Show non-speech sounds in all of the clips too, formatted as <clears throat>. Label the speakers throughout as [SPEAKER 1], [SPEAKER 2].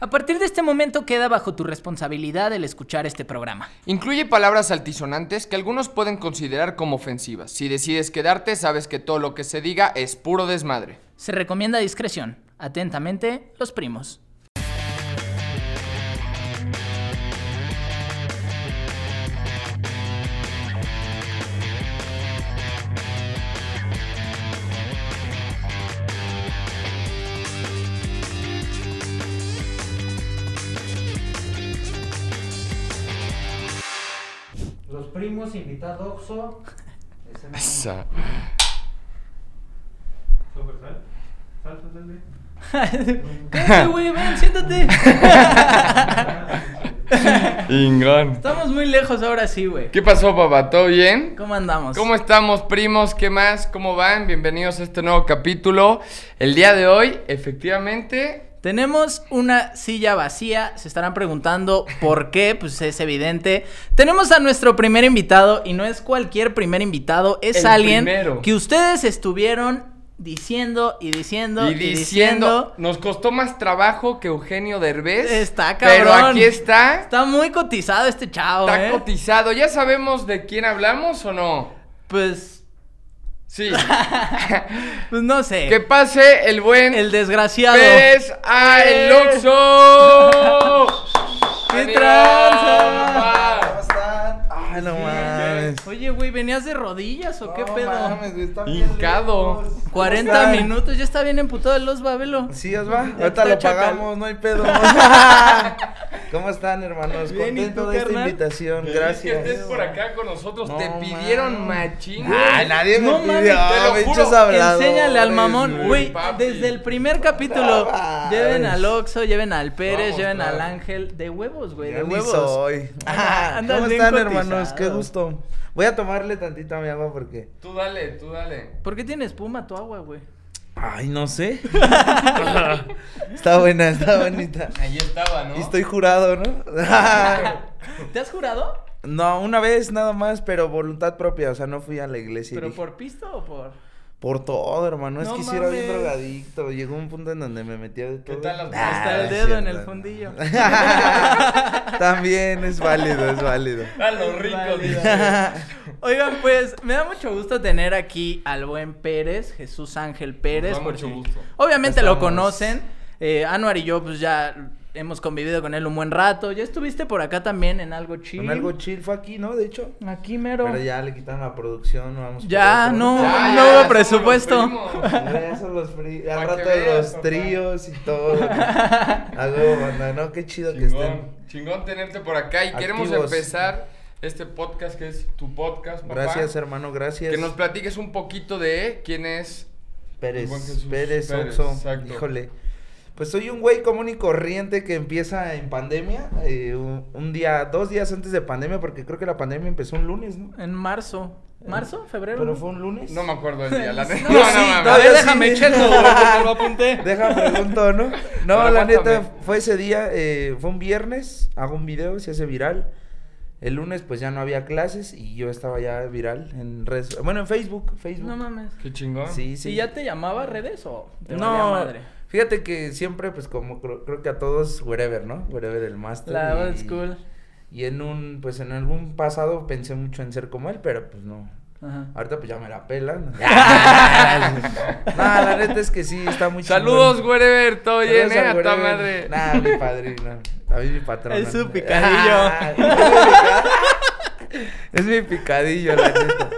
[SPEAKER 1] A partir de este momento queda bajo tu responsabilidad el escuchar este programa.
[SPEAKER 2] Incluye palabras altisonantes que algunos pueden considerar como ofensivas. Si decides quedarte, sabes que todo lo que se diga es puro desmadre.
[SPEAKER 1] Se recomienda discreción. Atentamente, los
[SPEAKER 2] <laughs>
[SPEAKER 1] primos.
[SPEAKER 3] Los primos invitado Oxo. Ese no-
[SPEAKER 2] Esa.
[SPEAKER 4] Súper, sal. Sal, sal, sal,
[SPEAKER 1] Cállate, güey, ven, siéntate.
[SPEAKER 2] <laughs> Ingón.
[SPEAKER 1] Estamos muy lejos ahora sí, güey.
[SPEAKER 2] ¿Qué pasó, papá? ¿Todo bien?
[SPEAKER 1] ¿Cómo andamos?
[SPEAKER 2] ¿Cómo estamos, primos? ¿Qué más? ¿Cómo van? Bienvenidos a este nuevo capítulo. El día de hoy, efectivamente,
[SPEAKER 1] Tenemos una silla vacía, se estarán preguntando por qué, pues es evidente. Tenemos a nuestro primer invitado y no es cualquier primer invitado, es
[SPEAKER 2] El
[SPEAKER 1] alguien
[SPEAKER 2] primero.
[SPEAKER 1] que ustedes estuvieron diciendo y diciendo
[SPEAKER 2] y diciendo, nos costó más trabajo que Eugenio Derbez.
[SPEAKER 1] Está
[SPEAKER 2] Pero
[SPEAKER 1] cabrón.
[SPEAKER 2] aquí está,
[SPEAKER 1] Está muy cotizado este chavo,
[SPEAKER 2] está
[SPEAKER 1] ¿eh?
[SPEAKER 2] cotizado. ¿Ya sabemos de quién hablamos o no?
[SPEAKER 1] Pues, <laughs>
[SPEAKER 2] Sí.
[SPEAKER 1] pues no sé.
[SPEAKER 2] que pase el buen
[SPEAKER 1] El desgraciado.
[SPEAKER 2] Pérez a el Oxxo.
[SPEAKER 1] ¡Qué
[SPEAKER 2] ¡Ánimo,
[SPEAKER 1] tranza!
[SPEAKER 2] papá!
[SPEAKER 3] están? Ay,
[SPEAKER 5] no
[SPEAKER 3] sí,
[SPEAKER 5] mames.
[SPEAKER 1] Oye, güey, ¿venías de rodillas o qué
[SPEAKER 3] no
[SPEAKER 1] pedo?
[SPEAKER 3] mames, güey, están bien
[SPEAKER 2] Hincado.
[SPEAKER 3] lejos. ¿Cómo
[SPEAKER 1] 40
[SPEAKER 3] están?
[SPEAKER 1] minutos, ya está bien emputado el Los Babelo.
[SPEAKER 5] Sí, os va.
[SPEAKER 1] Ya
[SPEAKER 5] Ahorita
[SPEAKER 1] está
[SPEAKER 5] lo
[SPEAKER 1] chacal.
[SPEAKER 5] pagamos, no
[SPEAKER 1] <laughs>
[SPEAKER 5] hay pedo. <laughs> ¿Cómo están, hermanos?
[SPEAKER 1] Bien, ¿y
[SPEAKER 5] Contento
[SPEAKER 1] tú,
[SPEAKER 5] de esta
[SPEAKER 1] carnal?
[SPEAKER 5] invitación.
[SPEAKER 2] Feliz
[SPEAKER 5] Gracias.
[SPEAKER 2] Que estés por acá con nosotros.
[SPEAKER 5] No,
[SPEAKER 2] Te pidieron
[SPEAKER 5] mames.
[SPEAKER 2] machín.
[SPEAKER 5] Ay, nadie me
[SPEAKER 1] No mames,
[SPEAKER 5] pidió,
[SPEAKER 2] te lo juro.
[SPEAKER 5] pinches habladores,
[SPEAKER 1] Enséñale al mamón, güey.
[SPEAKER 2] papi.
[SPEAKER 1] Desde el primer capítulo,
[SPEAKER 5] Ay.
[SPEAKER 1] lleven al Oxo, lleven al Pérez,
[SPEAKER 2] Vamos,
[SPEAKER 1] lleven al
[SPEAKER 2] bravo.
[SPEAKER 1] Ángel. De huevos, güey, de
[SPEAKER 5] Yo ni
[SPEAKER 1] huevos. <laughs>
[SPEAKER 5] soy.
[SPEAKER 1] Ah, andas
[SPEAKER 5] ¿Cómo
[SPEAKER 1] bien
[SPEAKER 5] están,
[SPEAKER 1] cotizado.
[SPEAKER 5] hermanos? Qué gusto. Voy a tomarle tantito a mi agua porque.
[SPEAKER 2] Tú dale, tú dale.
[SPEAKER 1] ¿Por qué tiene espuma tu agua, güey?
[SPEAKER 5] Ay,
[SPEAKER 1] <laughs>
[SPEAKER 5] no sé. <laughs> está buena, está bonita.
[SPEAKER 2] Ahí estaba, ¿no?
[SPEAKER 5] Y estoy
[SPEAKER 1] <laughs>
[SPEAKER 5] jurado, ¿no?
[SPEAKER 1] ¿Te has jurado?
[SPEAKER 5] no, una vez nada más, pero voluntad propia. O sea, no fui a la iglesia. y
[SPEAKER 1] ¿Pero
[SPEAKER 5] dije,
[SPEAKER 1] por pista o por...?
[SPEAKER 5] Por todo, hermano. es
[SPEAKER 1] No
[SPEAKER 5] que sí era bien
[SPEAKER 1] mames.
[SPEAKER 5] drogadicto. Llegó un punto en donde me metía de todo.
[SPEAKER 2] tal las-
[SPEAKER 1] Hasta el
[SPEAKER 5] Ah, es
[SPEAKER 1] dedo en el
[SPEAKER 5] hermano.
[SPEAKER 1] fundillo.
[SPEAKER 5] <laughs> También es válido,
[SPEAKER 1] <laughs>
[SPEAKER 5] es válido.
[SPEAKER 2] A lo rico,
[SPEAKER 1] Válida,
[SPEAKER 2] dice.
[SPEAKER 1] güey. Oigan, pues me da mucho gusto tener aquí al buen Pérez, Jesús Ángel Pérez.
[SPEAKER 2] Nos da mucho
[SPEAKER 1] porque
[SPEAKER 2] gusto.
[SPEAKER 1] Obviamente lo
[SPEAKER 5] Estamos-
[SPEAKER 1] conocen. Eh, Anuar y yo, pues ya hemos convivido con él un buen rato. Ya estuviste por acá también en algo chido.
[SPEAKER 5] Con algo chill fue aquí, ¿no? De hecho.
[SPEAKER 1] Aquí mero.
[SPEAKER 5] Pero ya le quitaron la producción, no vamos por
[SPEAKER 1] Ya,
[SPEAKER 5] otro.
[SPEAKER 1] no,
[SPEAKER 2] Ya,
[SPEAKER 1] no
[SPEAKER 2] ya,
[SPEAKER 1] hubo
[SPEAKER 2] somos
[SPEAKER 1] presupuesto.
[SPEAKER 2] los primos.
[SPEAKER 5] Ya son los fríos. Al
[SPEAKER 2] Pa'
[SPEAKER 5] rato
[SPEAKER 2] que veas,
[SPEAKER 5] los
[SPEAKER 2] papá.
[SPEAKER 5] tríos y todo. Algo, banda. No, qué chido que estén.
[SPEAKER 2] Chingón, chingón tenerte por acá y queremos
[SPEAKER 5] Activos.
[SPEAKER 2] empezar este podcast que es tu podcast, papá.
[SPEAKER 5] Gracias, hermano, gracias.
[SPEAKER 2] Que nos platiques un poquito de quién es.
[SPEAKER 5] Pérez,
[SPEAKER 2] Juan Jesús
[SPEAKER 5] Pérez,
[SPEAKER 2] Pérez,
[SPEAKER 5] Oxo,
[SPEAKER 2] exacto.
[SPEAKER 5] híjole. Pues soy un güey común y corriente que empieza en pandemia, eh, un, un día, dos días antes de pandemia, porque creo que la pandemia empezó un lunes, ¿no?
[SPEAKER 1] <laughs> En marzo. ¿Marzo? ¿Febrero?
[SPEAKER 5] Pero fue un lunes.
[SPEAKER 2] No me acuerdo el
[SPEAKER 5] <laughs>
[SPEAKER 2] día, la
[SPEAKER 1] No,
[SPEAKER 2] neta.
[SPEAKER 1] sí,
[SPEAKER 5] mames.
[SPEAKER 1] a ver,
[SPEAKER 5] Yo sí.
[SPEAKER 1] déjame
[SPEAKER 5] <laughs>
[SPEAKER 1] echarlo, güey, porque lo apunté.
[SPEAKER 5] Deja
[SPEAKER 2] <laughs>
[SPEAKER 5] pregunto, ¿no? No,
[SPEAKER 2] Pero
[SPEAKER 5] la neta,
[SPEAKER 2] cuéntame.
[SPEAKER 5] fue ese día, eh, fue un viernes, hago un video, se hace viral. El lunes pues ya no había clases y yo estaba ya viral en redes, bueno, en Facebook, Facebook.
[SPEAKER 1] No mames.
[SPEAKER 2] Qué chingón.
[SPEAKER 5] Sí, sí.
[SPEAKER 1] ¿Y ya te llamaba redes o te valía
[SPEAKER 5] No,
[SPEAKER 1] madre?
[SPEAKER 5] fíjate que siempre, pues como creo, creo que a todos, wherever, ¿no? Wherever el máster.
[SPEAKER 1] La
[SPEAKER 5] y-
[SPEAKER 1] old school.
[SPEAKER 5] Y en un, pues en algún pasado pensé mucho en ser como él, pero pues no.
[SPEAKER 1] Ajá.
[SPEAKER 5] Ahorita pues ya me
[SPEAKER 1] <laughs>
[SPEAKER 5] la pelan. <laughs> no, la neta es que sí, está muy chingón.
[SPEAKER 2] Saludos, Wherever, todo bien,
[SPEAKER 5] Saludos
[SPEAKER 2] eh,
[SPEAKER 5] al
[SPEAKER 2] a ta madre.
[SPEAKER 5] wherever. Nah, mi padrino. A mí mi patrón. Ah,
[SPEAKER 1] Es su picadillo.
[SPEAKER 5] es mi picadillo, la neta.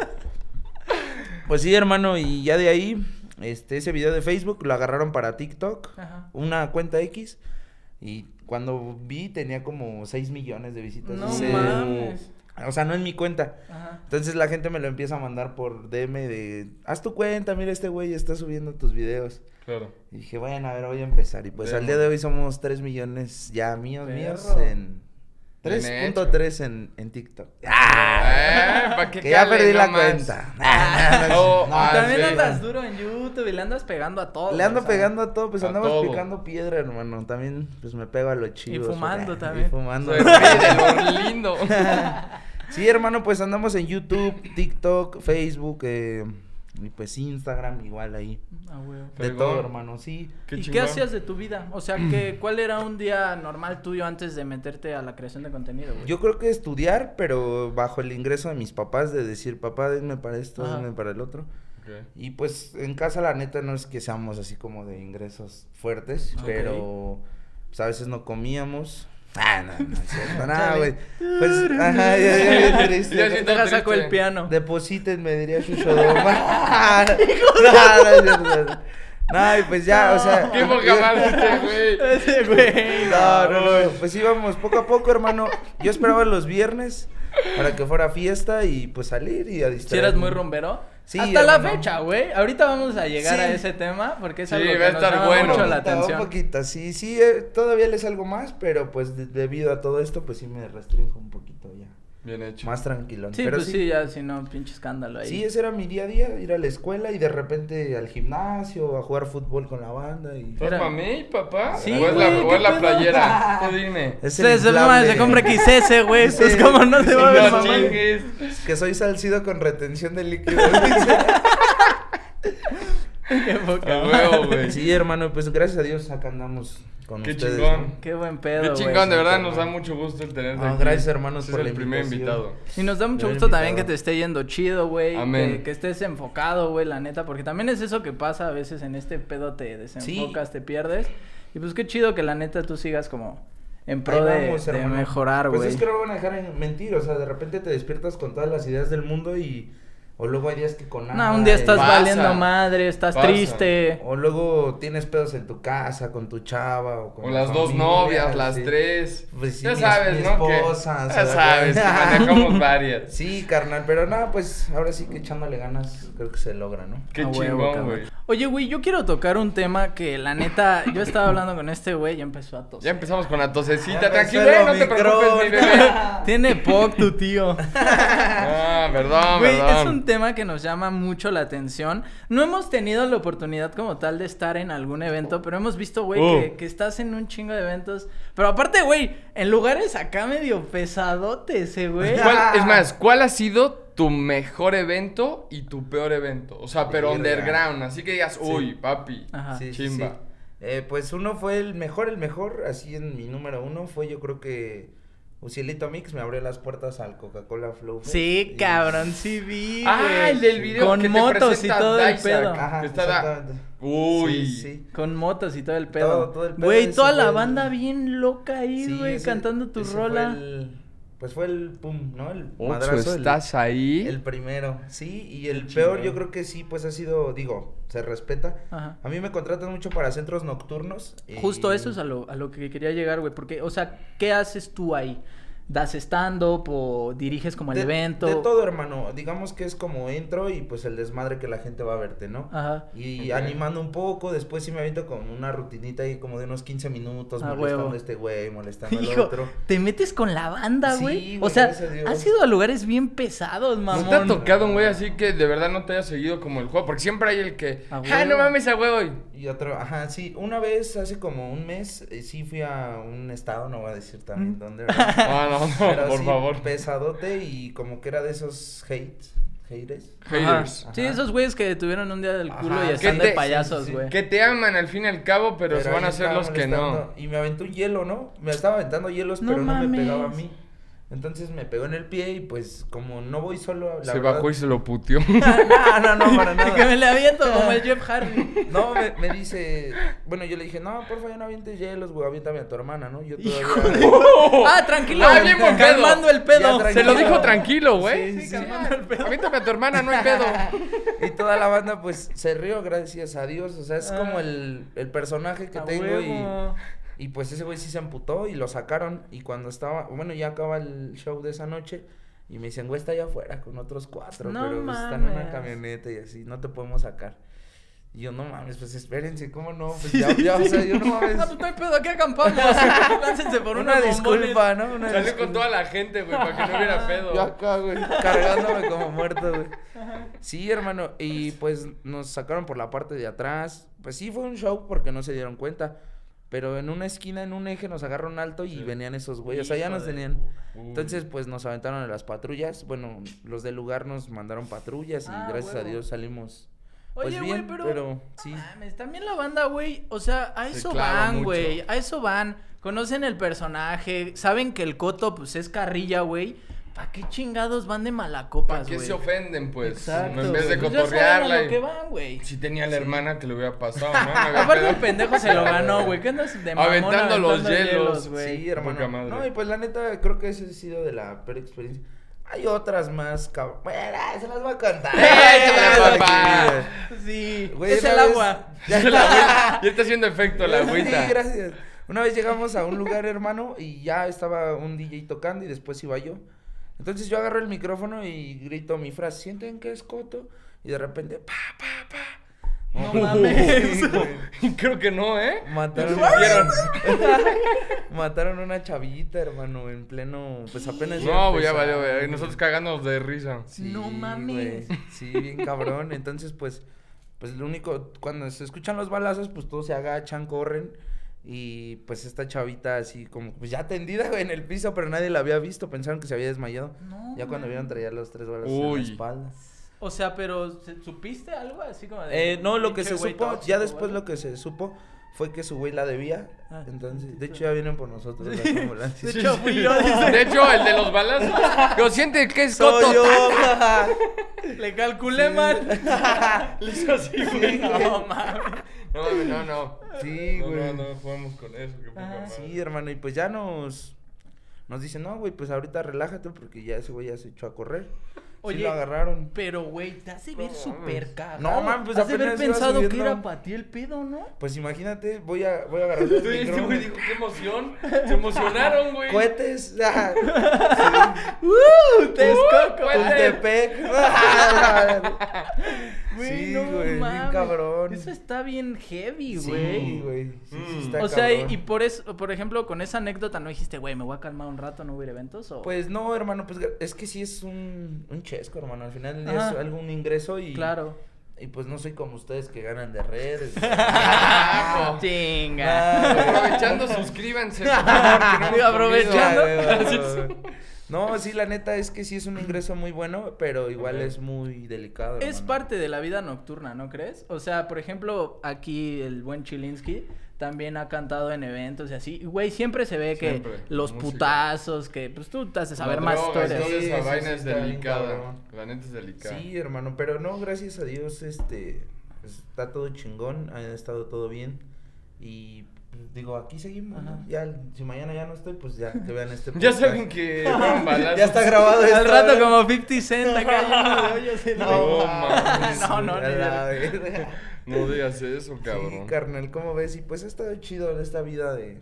[SPEAKER 5] Pues sí, hermano, y ya de ahí, este, ese video de Facebook lo agarraron para TikTok,
[SPEAKER 1] Ajá.
[SPEAKER 5] una cuenta X, y cuando vi tenía como 6 millones de visitas.
[SPEAKER 1] No
[SPEAKER 5] Ese-
[SPEAKER 1] mames.
[SPEAKER 5] O sea, no en mi cuenta.
[SPEAKER 1] Ajá.
[SPEAKER 5] Entonces la gente me lo empieza a mandar por DM de, haz tu cuenta, mira este güey está subiendo tus videos.
[SPEAKER 2] Claro.
[SPEAKER 5] Y dije, bueno, a ver, voy a empezar. Y pues
[SPEAKER 2] Vemos.
[SPEAKER 5] al día de hoy somos 3 millones ya míos, míos
[SPEAKER 1] Perro.
[SPEAKER 5] en...
[SPEAKER 2] Bien
[SPEAKER 5] 3.3 en, en TikTok. Ah,
[SPEAKER 2] Eh, pa'
[SPEAKER 5] <laughs> que
[SPEAKER 2] que
[SPEAKER 5] ya
[SPEAKER 2] cale
[SPEAKER 5] perdí la
[SPEAKER 2] nomás.
[SPEAKER 5] cuenta. Ah, <laughs> no, no,
[SPEAKER 2] Oh,
[SPEAKER 5] no.
[SPEAKER 2] ah,
[SPEAKER 1] También
[SPEAKER 2] sí.
[SPEAKER 1] andas duro en YouTube y le andas pegando a todo.
[SPEAKER 5] Le ando
[SPEAKER 1] o sea.
[SPEAKER 5] pegando a todo, pues
[SPEAKER 2] a
[SPEAKER 5] andamos
[SPEAKER 2] todo.
[SPEAKER 5] picando piedra, hermano. También, pues me pego a los chivos.
[SPEAKER 1] fumando
[SPEAKER 5] ah,
[SPEAKER 1] también.
[SPEAKER 5] Y fumando.
[SPEAKER 2] Soy el rey de lo
[SPEAKER 5] <laughs>
[SPEAKER 2] lindo.
[SPEAKER 5] Sí, hermano, pues andamos en YouTube, TikTok, Facebook, eh, Y pues Instagram igual ahí.
[SPEAKER 1] Ah, huevo.
[SPEAKER 5] De
[SPEAKER 2] Fregón.
[SPEAKER 5] todo, hermano, sí.
[SPEAKER 2] Qué
[SPEAKER 1] ¿Y qué
[SPEAKER 2] chingón.
[SPEAKER 1] hacías de tu vida? O sea,
[SPEAKER 2] <clears throat>
[SPEAKER 1] que, ¿cuál era un día normal tuyo antes de meterte a la creación de contenido, güey?
[SPEAKER 5] Yo creo que estudiar, pero bajo el ingreso de mis papás, de decir, papá, denme para esto,
[SPEAKER 1] Ajá.
[SPEAKER 5] denme para el otro.
[SPEAKER 2] Ok.
[SPEAKER 5] Y pues en casa la neta no es que seamos así como de ingresos fuertes,
[SPEAKER 1] Ok.
[SPEAKER 5] pero pues a veces no comíamos. Ah, no, no, es cierto, no,
[SPEAKER 1] Chale.
[SPEAKER 5] güey. Pues, ajá, ya, ya, bien triste.
[SPEAKER 2] Ya
[SPEAKER 1] Te
[SPEAKER 2] siento
[SPEAKER 1] deja saco
[SPEAKER 2] triste.
[SPEAKER 1] el piano. <laughs>
[SPEAKER 5] Depositen, me diría Chucho Doma. <laughs> No, no, es cierto. No, y pues ya, o sea.
[SPEAKER 2] Qué poca madre
[SPEAKER 5] <laughs>
[SPEAKER 2] este, güey.
[SPEAKER 1] Ese güey.
[SPEAKER 5] No, no, no, Pues íbamos poco a poco, hermano. Yo esperaba los viernes para que fuera fiesta y pues salir y a distraerme.
[SPEAKER 1] Si eras muy rombero.
[SPEAKER 5] Sí,
[SPEAKER 1] Hasta la
[SPEAKER 5] hermano.
[SPEAKER 1] fecha, güey. Ahorita vamos a llegar
[SPEAKER 5] Sí.
[SPEAKER 1] a ese tema porque es
[SPEAKER 2] Sí,
[SPEAKER 1] algo
[SPEAKER 2] va
[SPEAKER 1] que
[SPEAKER 2] a
[SPEAKER 1] nos
[SPEAKER 2] estar
[SPEAKER 1] llama
[SPEAKER 2] bueno.
[SPEAKER 1] mucho la
[SPEAKER 5] Poquita,
[SPEAKER 1] atención.
[SPEAKER 5] Un poquito, sí, sí, eh, todavía les algo más, pero pues de- debido a todo esto, pues sí me restrinjo un poquito ya.
[SPEAKER 2] Bien hecho.
[SPEAKER 5] Más tranquilo.
[SPEAKER 1] Sí,
[SPEAKER 5] pero
[SPEAKER 1] pues sí, ya, si no, pinche escándalo ahí.
[SPEAKER 5] Sí, ese era mi día a día, ir a la escuela y de repente al gimnasio, a jugar fútbol con la banda y...
[SPEAKER 2] ¿Estás
[SPEAKER 1] Era-
[SPEAKER 2] para mí, papá?
[SPEAKER 1] Sí,
[SPEAKER 2] ¿O es la,
[SPEAKER 1] güey,
[SPEAKER 2] o
[SPEAKER 1] ¿qué
[SPEAKER 2] es la
[SPEAKER 1] pedo?
[SPEAKER 2] playera?
[SPEAKER 5] <laughs>
[SPEAKER 2] Tú dime.
[SPEAKER 5] Es el
[SPEAKER 1] Se, se, no mames, se
[SPEAKER 5] inflable.
[SPEAKER 1] compra XS, güey.
[SPEAKER 5] Sí.
[SPEAKER 1] Pues como no se
[SPEAKER 5] Sí,
[SPEAKER 1] va a ver,
[SPEAKER 5] no,
[SPEAKER 2] No
[SPEAKER 1] mamá.
[SPEAKER 2] chingues.
[SPEAKER 5] <laughs> Que soy salcido con retención de líquido. <laughs>
[SPEAKER 1] <laughs> Qué poca
[SPEAKER 2] A
[SPEAKER 1] madre.
[SPEAKER 2] huevo, güey.
[SPEAKER 5] sí, hermano, pues gracias a Dios acá andamos con
[SPEAKER 2] Qué
[SPEAKER 5] ustedes.
[SPEAKER 2] chingón.
[SPEAKER 5] ¿no?
[SPEAKER 1] Qué buen
[SPEAKER 2] Qué
[SPEAKER 1] pedo, güey.
[SPEAKER 2] chingón, de verdad nos da
[SPEAKER 5] hermano.
[SPEAKER 2] mucho gusto el tenerte
[SPEAKER 5] No,
[SPEAKER 2] aquí.
[SPEAKER 5] gracias, hermanos,
[SPEAKER 2] Ese
[SPEAKER 5] por
[SPEAKER 2] es
[SPEAKER 5] la
[SPEAKER 2] el primer
[SPEAKER 5] invitación.
[SPEAKER 2] invitado.
[SPEAKER 1] Y nos da mucho
[SPEAKER 5] Yo
[SPEAKER 1] gusto también que
[SPEAKER 5] invitado.
[SPEAKER 1] te esté yendo chido, güey.
[SPEAKER 2] Amén.
[SPEAKER 1] Que, que estés enfocado, güey, la neta. Porque también es eso que pasa a veces en este pedo, te desenfocas, te pierdes. Y pues qué chido que la neta tú sigas como en pro
[SPEAKER 5] Ahí
[SPEAKER 1] de,
[SPEAKER 5] vamos,
[SPEAKER 1] de
[SPEAKER 5] hermano.
[SPEAKER 1] mejorar, güey.
[SPEAKER 5] Pues es que no van a dejar en mentir, o sea, de repente te despiertas con todas las ideas del mundo y... O luego hay días que con nada,
[SPEAKER 1] No, un día estás
[SPEAKER 5] y-
[SPEAKER 2] Pasa,
[SPEAKER 1] valiendo madre, estás
[SPEAKER 2] pasa.
[SPEAKER 1] triste.
[SPEAKER 5] O luego tienes pedos en tu casa, con tu chava o con
[SPEAKER 2] Con
[SPEAKER 5] la
[SPEAKER 2] las dos
[SPEAKER 5] familia,
[SPEAKER 2] novias, las
[SPEAKER 5] sí.
[SPEAKER 2] tres.
[SPEAKER 5] Pues sí,
[SPEAKER 2] ya
[SPEAKER 5] mi-
[SPEAKER 2] sabes,
[SPEAKER 5] mi
[SPEAKER 2] ¿no? Que-
[SPEAKER 5] esposa,
[SPEAKER 2] ya
[SPEAKER 5] ¿sabes?
[SPEAKER 2] sabes,
[SPEAKER 5] <laughs>
[SPEAKER 2] que manejamos varias.
[SPEAKER 5] Sí, carnal, pero nada, pues ahora sí que echándole ganas creo que se logra, ¿no?
[SPEAKER 2] Qué
[SPEAKER 1] A huevo,
[SPEAKER 2] chingón,
[SPEAKER 1] cabrón.
[SPEAKER 2] güey.
[SPEAKER 1] Oye, güey, yo quiero tocar un tema que la neta, yo estaba hablando con este güey y empezó a
[SPEAKER 2] Ya
[SPEAKER 1] toser.
[SPEAKER 2] empezamos con la
[SPEAKER 5] Ya
[SPEAKER 2] tosecita.
[SPEAKER 5] empezó
[SPEAKER 2] Tranquilo,
[SPEAKER 5] el
[SPEAKER 2] no te preocupes, mi
[SPEAKER 5] Omicron.
[SPEAKER 2] bebé.
[SPEAKER 1] <laughs> Tiene POC tu tío.
[SPEAKER 2] Ah, perdón,
[SPEAKER 1] Güey,
[SPEAKER 2] perdón.
[SPEAKER 1] es un tema que nos llama mucho la atención. No hemos tenido la oportunidad como tal de estar en algún evento, pero hemos visto, güey,
[SPEAKER 2] Uh.
[SPEAKER 1] que, que estás en un chingo de eventos. Pero aparte, güey, en lugares acá medio pesadote ese,
[SPEAKER 5] <laughs>
[SPEAKER 1] güey.
[SPEAKER 2] ¿Cuál- es más, ¿cuál ha sido tu mejor evento y tu peor evento? O sea, pero
[SPEAKER 5] Verga.
[SPEAKER 2] underground, así que digas, uy, papi.
[SPEAKER 1] Ajá.
[SPEAKER 5] Sí, sí,
[SPEAKER 2] Chimba.
[SPEAKER 5] sí. Eh, pues uno fue el mejor, el mejor, así en mi número uno fue yo creo que Ucielito Mix me abrió las puertas al Coca-Cola Flow. Fest
[SPEAKER 1] Sí,
[SPEAKER 5] y-
[SPEAKER 1] cabrón, sí vi.
[SPEAKER 2] Ah,
[SPEAKER 1] güey.
[SPEAKER 2] el del video
[SPEAKER 1] Con
[SPEAKER 2] que te
[SPEAKER 1] motos y
[SPEAKER 2] presenta
[SPEAKER 1] todo el
[SPEAKER 2] Dysart.
[SPEAKER 1] pedo.
[SPEAKER 5] Ajá,
[SPEAKER 2] Que está la-
[SPEAKER 5] exactamente.
[SPEAKER 2] Uy.
[SPEAKER 5] Sí, sí.
[SPEAKER 1] Con motos y todo el pedo.
[SPEAKER 5] Todo, todo el pedo,
[SPEAKER 1] Güey,
[SPEAKER 5] ese
[SPEAKER 1] toda
[SPEAKER 5] fue
[SPEAKER 1] la
[SPEAKER 5] el-
[SPEAKER 1] banda bien loca ahí,
[SPEAKER 5] Sí,
[SPEAKER 1] güey,
[SPEAKER 5] ese-
[SPEAKER 1] cantando tu
[SPEAKER 5] ese
[SPEAKER 1] rola.
[SPEAKER 5] fue el- pues fue el pum, ¿no? El
[SPEAKER 2] Oxo,
[SPEAKER 5] madrazo, el-
[SPEAKER 2] estás ahí.
[SPEAKER 5] el, primero, sí, y el
[SPEAKER 2] Qué
[SPEAKER 5] peor
[SPEAKER 2] chingón.
[SPEAKER 5] yo creo que sí, pues ha sido, digo, se respeta.
[SPEAKER 1] Ajá.
[SPEAKER 5] A mí me contratan mucho para centros nocturnos. eh, y-
[SPEAKER 1] Justo eso es a lo, a lo que quería llegar, güey, porque, o sea, ¿qué haces tú ahí? ¿Das stand-up o diriges como el
[SPEAKER 5] de-
[SPEAKER 1] evento?
[SPEAKER 5] De todo, hermano. Digamos que es como entro y pues el desmadre que la gente va a verte, ¿no?
[SPEAKER 1] Ajá.
[SPEAKER 5] Y
[SPEAKER 2] Ok.
[SPEAKER 5] animando un poco, después sí me aviento con una rutinita ahí como de unos 15 minutos,
[SPEAKER 1] Ah,
[SPEAKER 5] molestando
[SPEAKER 1] huevo.
[SPEAKER 5] a este güey, molestando
[SPEAKER 1] <laughs>
[SPEAKER 5] al
[SPEAKER 1] Hijo,
[SPEAKER 5] otro.
[SPEAKER 1] te metes con la banda,
[SPEAKER 5] Sí,
[SPEAKER 1] güey. o
[SPEAKER 5] güey,
[SPEAKER 1] sea,
[SPEAKER 5] gracias a Dios.
[SPEAKER 1] has ido a lugares bien pesados,
[SPEAKER 2] ¿No
[SPEAKER 1] mamón.
[SPEAKER 2] te ha tocado un güey así que de verdad no te haya seguido como el juego? Porque siempre hay el que,
[SPEAKER 1] A
[SPEAKER 2] ah,
[SPEAKER 1] huevo.
[SPEAKER 2] no mames a huevo. y-
[SPEAKER 5] Y otro, ajá, sí, una vez hace como un mes, eh, sí fui a un estado, no voy a decir también dónde, ¿verdad?
[SPEAKER 2] Ah, <laughs> no, no,
[SPEAKER 5] Pero
[SPEAKER 2] por
[SPEAKER 5] sí,
[SPEAKER 2] favor.
[SPEAKER 5] Pesadote y como que era de esos hates, haters.
[SPEAKER 1] Ajá.
[SPEAKER 2] Haters.
[SPEAKER 1] Sí,
[SPEAKER 5] Ajá.
[SPEAKER 1] esos güeyes que tuvieron un día del culo
[SPEAKER 5] Ajá,
[SPEAKER 1] y
[SPEAKER 5] que
[SPEAKER 1] están de
[SPEAKER 2] te-
[SPEAKER 1] payasos,
[SPEAKER 5] sí, sí,
[SPEAKER 1] güey. <laughs>
[SPEAKER 2] Que te aman al fin y al cabo, pero, se
[SPEAKER 5] ahí
[SPEAKER 2] van a hacer
[SPEAKER 5] estaba
[SPEAKER 2] los que no.
[SPEAKER 5] molestando, Y me aventó un hielo, ¿no? Me estaba aventando hielos,
[SPEAKER 1] No
[SPEAKER 5] pero no me pegaba a
[SPEAKER 1] mames.
[SPEAKER 5] mí. Entonces me pegó en el pie y pues como no voy solo, la
[SPEAKER 2] se
[SPEAKER 5] verdad- <laughs>
[SPEAKER 2] bajó y se lo puteó.
[SPEAKER 5] no, no,
[SPEAKER 2] <laughs>
[SPEAKER 5] no, para
[SPEAKER 1] Que me
[SPEAKER 5] nada.
[SPEAKER 1] le aviento como el Jeff
[SPEAKER 5] <laughs>
[SPEAKER 1] Hardy.
[SPEAKER 5] No, me, me dice, bueno, yo le dije, no, porfa, ya no avientes hielos, güey, aviéntame a tu hermana, ¿no? Yo todavía...
[SPEAKER 1] Hijo de- ah, tranquilo.
[SPEAKER 2] Ah, bien buen pedo.
[SPEAKER 1] calmando el pedo.
[SPEAKER 2] <laughs>
[SPEAKER 5] Ya,
[SPEAKER 2] se lo dijo
[SPEAKER 5] Tranquilo.
[SPEAKER 2] tranquilo, güey.
[SPEAKER 5] Sí,
[SPEAKER 1] <laughs>
[SPEAKER 5] sí,
[SPEAKER 1] calmando el pedo.
[SPEAKER 2] Avítame a tu hermana, no hay pedo.
[SPEAKER 5] Y toda la banda, pues, se rió, gracias a Dios. O sea, es como
[SPEAKER 1] Ah.
[SPEAKER 5] el, el personaje que
[SPEAKER 1] A
[SPEAKER 5] tengo y,
[SPEAKER 1] huevo.
[SPEAKER 5] y, pues, ese güey sí se amputó y lo sacaron. Y cuando estaba, bueno, ya acaba el show de esa noche y me dicen, güey, está allá afuera con otros cuatro,
[SPEAKER 1] No
[SPEAKER 5] pero pues, están en
[SPEAKER 1] mames.
[SPEAKER 5] una camioneta y así, no te podemos sacar. Y yo, no mames, pues, espérense, ¿cómo no?
[SPEAKER 1] <laughs>
[SPEAKER 5] Pues, ya, ya, o sea, yo, no mames.
[SPEAKER 1] Ah, pues no hay pedo, aquí
[SPEAKER 5] <laughs>
[SPEAKER 1] acampamos. Láncense por
[SPEAKER 5] una
[SPEAKER 1] unos bombones.
[SPEAKER 5] disculpa, ¿no? Una
[SPEAKER 2] Salió con toda la gente, güey, para que no hubiera
[SPEAKER 5] Yo
[SPEAKER 2] pedo.
[SPEAKER 5] acá, güey, cargándome como muerto, güey. Sí, hermano, y pues nos sacaron por la parte de atrás. Pues sí, fue un show porque no se dieron cuenta. Pero en una esquina, en un eje, nos agarraron alto y
[SPEAKER 4] Sí.
[SPEAKER 5] venían esos güeyes. O sea, ya
[SPEAKER 1] Hijo
[SPEAKER 5] nos
[SPEAKER 1] de
[SPEAKER 5] tenían.
[SPEAKER 1] puta.
[SPEAKER 4] Uy.
[SPEAKER 5] Entonces, pues nos aventaron a las patrullas. Bueno, los del lugar nos mandaron patrullas y
[SPEAKER 1] Ah,
[SPEAKER 5] gracias a
[SPEAKER 1] huevo.
[SPEAKER 5] Dios salimos. Pues
[SPEAKER 1] Oye, güey,
[SPEAKER 5] bien,
[SPEAKER 1] pero.
[SPEAKER 5] pero sí.
[SPEAKER 1] sí. también la banda, güey. O sea, a
[SPEAKER 2] Se
[SPEAKER 1] eso
[SPEAKER 2] clava
[SPEAKER 1] van,
[SPEAKER 2] mucho.
[SPEAKER 1] güey. A eso van. Conocen el personaje. Saben que el coto, pues, es carrilla, güey. ¿Para qué chingados van de
[SPEAKER 2] ¿Para
[SPEAKER 1] malacopas,
[SPEAKER 2] qué
[SPEAKER 1] güey?
[SPEAKER 2] se ofenden, pues?
[SPEAKER 1] Exacto.
[SPEAKER 2] en vez de
[SPEAKER 1] güey. Pues ya saben a
[SPEAKER 2] cotorrearla.
[SPEAKER 1] lo
[SPEAKER 2] y-
[SPEAKER 1] que van, güey.
[SPEAKER 2] Si tenía la hermana que le hubiera pasado, ¿no? Me agarré
[SPEAKER 1] Aparte
[SPEAKER 2] de-
[SPEAKER 1] el pendejo se lo ganó, güey. ¿Qué andas de mamón
[SPEAKER 2] Aventando los hielos,
[SPEAKER 1] güey?
[SPEAKER 5] Sí, hermano.
[SPEAKER 2] Poca madre.
[SPEAKER 5] No, y pues la neta, creo que esa ha sido de la peor experiencia. Hay otras más, cabrón. Bueno, <laughs> se las voy a contar.
[SPEAKER 2] Échamela, papá.
[SPEAKER 1] Sí,
[SPEAKER 5] Güey,
[SPEAKER 1] es
[SPEAKER 5] una
[SPEAKER 1] el
[SPEAKER 5] vez- <laughs>
[SPEAKER 1] agua.
[SPEAKER 5] Ya
[SPEAKER 2] La agüita. <laughs> Ya está haciendo efecto la agüita.
[SPEAKER 5] Sí, gracias. Una vez llegamos a un lugar, hermano, y ya estaba un DJ tocando y después iba yo. Entonces yo agarro el micrófono y grito mi frase, ¿sienten que es coto? Y de repente, pa, pa, pa.
[SPEAKER 1] No
[SPEAKER 2] <laughs>
[SPEAKER 1] mames.
[SPEAKER 2] Creo que no, ¿eh?
[SPEAKER 5] Mataron,
[SPEAKER 2] Lo sintieron.
[SPEAKER 5] mataron una chavita, hermano, en pleno, pues ah. apenas... iba
[SPEAKER 2] No, güey, ya
[SPEAKER 5] empezando,
[SPEAKER 2] valió, güey.
[SPEAKER 5] güey.
[SPEAKER 2] Nosotros cagándonos de risa.
[SPEAKER 1] No
[SPEAKER 5] güey,
[SPEAKER 1] mames.
[SPEAKER 5] Sí, bien cabrón. Entonces, pues, pues lo único, cuando se escuchan los balazos, pues todos se agachan, corren. Y pues esta chavita así como, pues ya tendida güey, en el piso, pero nadie la había visto, pensaron que se había desmayado.
[SPEAKER 1] No,
[SPEAKER 5] ya cuando
[SPEAKER 1] mames.
[SPEAKER 5] vieron traía los tres balazos en
[SPEAKER 2] Uy.
[SPEAKER 5] la espalda.
[SPEAKER 1] O sea, pero ¿se- ¿supiste algo así como de-
[SPEAKER 5] Eh, no, lo que
[SPEAKER 1] pinche
[SPEAKER 5] se
[SPEAKER 1] güey
[SPEAKER 5] supo,
[SPEAKER 1] tóxico,
[SPEAKER 5] ya después
[SPEAKER 1] güey?
[SPEAKER 5] lo que se supo fue que su güey la debía.
[SPEAKER 1] Ah.
[SPEAKER 5] Entonces, de hecho ya vienen por nosotros las
[SPEAKER 1] De
[SPEAKER 5] <laughs> ambulancias.
[SPEAKER 1] hecho, fui yo, dice.
[SPEAKER 2] De hecho, el de los balazos. Lo siente que es
[SPEAKER 5] Soy
[SPEAKER 2] coto.
[SPEAKER 5] yo.
[SPEAKER 1] <laughs> Le calculé
[SPEAKER 5] <laughs>
[SPEAKER 1] mal. Le hizo así, güey. No mames.
[SPEAKER 2] No, mames, no, no.
[SPEAKER 5] Sí,
[SPEAKER 4] No, no,
[SPEAKER 5] güey.
[SPEAKER 4] no, jugamos con eso. Qué poca
[SPEAKER 1] Ah,
[SPEAKER 4] madre.
[SPEAKER 5] Sí, hermano, y pues ya nos nos dicen, "No, güey, pues ahorita relájate porque ya ese güey ya se echó a correr." Oye,
[SPEAKER 1] Oye.
[SPEAKER 5] lo agarraron.
[SPEAKER 1] Pero, güey, te has de ver
[SPEAKER 2] No
[SPEAKER 1] súper
[SPEAKER 2] mames.
[SPEAKER 1] cagado.
[SPEAKER 5] No, mames, pues
[SPEAKER 1] Has de haber
[SPEAKER 5] apenas iba
[SPEAKER 1] pensado que era
[SPEAKER 5] subiendo.
[SPEAKER 1] para ti el pedo,
[SPEAKER 5] <laughs>
[SPEAKER 1] ¿no?
[SPEAKER 5] Pues imagínate, voy a voy
[SPEAKER 1] <laughs>
[SPEAKER 5] a agarrar
[SPEAKER 2] Sí,
[SPEAKER 5] los
[SPEAKER 2] Este güey
[SPEAKER 5] micrófonos.
[SPEAKER 2] dijo, qué emoción. Se emocionaron, güey.
[SPEAKER 5] cohetes,
[SPEAKER 1] <laughs>
[SPEAKER 5] <laughs> ah,
[SPEAKER 1] ¡Uh! ¡Te escoco!
[SPEAKER 2] Cohetes.
[SPEAKER 5] Tultepec.
[SPEAKER 1] <laughs>
[SPEAKER 5] <laughs> Ah,
[SPEAKER 1] Güey,
[SPEAKER 5] sí,
[SPEAKER 1] no
[SPEAKER 5] güey, bien
[SPEAKER 1] mames.
[SPEAKER 5] cabrón.
[SPEAKER 1] Eso está bien heavy, güey.
[SPEAKER 5] Sí, güey. Sí, sí
[SPEAKER 2] Mm.
[SPEAKER 5] está
[SPEAKER 1] O sea, y,
[SPEAKER 5] cabrón.
[SPEAKER 1] y por eso, por ejemplo, con esa anécdota no dijiste, güey, me voy a calmar un rato, no voy a ir a eventos o.
[SPEAKER 5] Pues no, hermano, pues es que sí es un, un chesco, hermano. Al final del día es
[SPEAKER 1] Ajá.
[SPEAKER 5] algo, un ingreso y. <laughs>
[SPEAKER 1] claro. <laughs>
[SPEAKER 5] Y pues no soy como ustedes que ganan de redes. <laughs>
[SPEAKER 2] Ah, no.
[SPEAKER 1] Chinga.
[SPEAKER 2] Aprovechando, suscríbanse. por favor, que no hemos
[SPEAKER 1] Digo, aprovechando. <laughs>
[SPEAKER 2] comido.
[SPEAKER 5] Ah, güey, güey, güey. <laughs> No, sí, la neta es que sí es un ingreso muy bueno, pero igual es muy delicado.
[SPEAKER 1] Es
[SPEAKER 5] hermano.
[SPEAKER 1] parte de la vida nocturna, ¿no crees? O sea, por ejemplo, aquí el buen Chilinsky también ha cantado en eventos y así. Y, Güey, siempre se ve que
[SPEAKER 2] Siempre,
[SPEAKER 1] los
[SPEAKER 2] música.
[SPEAKER 1] putazos, que pues tú te has de
[SPEAKER 2] La
[SPEAKER 1] saber más
[SPEAKER 2] droga y
[SPEAKER 1] historias.
[SPEAKER 2] toda esa
[SPEAKER 5] Sí, sí,
[SPEAKER 2] vaina
[SPEAKER 5] sí,
[SPEAKER 2] es
[SPEAKER 5] está bien
[SPEAKER 2] delicada.
[SPEAKER 5] cabrón.
[SPEAKER 2] La neta es delicada.
[SPEAKER 5] Sí, hermano, pero no, gracias a Dios, este, está todo chingón, ha estado todo bien y pues, digo, aquí seguimos, ¿no?
[SPEAKER 1] Ajá.
[SPEAKER 5] Ya, si mañana ya no estoy, pues ya, que vean
[SPEAKER 1] <laughs>
[SPEAKER 5] este
[SPEAKER 2] Ya
[SPEAKER 5] podcast.
[SPEAKER 2] saben que fueron balazos.
[SPEAKER 5] Ya está grabado esto. ¿eh?
[SPEAKER 1] Al rato
[SPEAKER 5] ¿verdad?
[SPEAKER 1] como 50 Cent
[SPEAKER 5] <laughs>
[SPEAKER 1] acá lleno de hoyos en la-
[SPEAKER 2] No,
[SPEAKER 5] mames,
[SPEAKER 1] No, no,
[SPEAKER 5] a
[SPEAKER 1] ni
[SPEAKER 5] la
[SPEAKER 1] verga.
[SPEAKER 5] verga.
[SPEAKER 1] <laughs>
[SPEAKER 2] No digas eso,
[SPEAKER 5] Sí,
[SPEAKER 2] cabrón.
[SPEAKER 5] carnal, ¿cómo ves? Y pues ha estado chido esta vida de...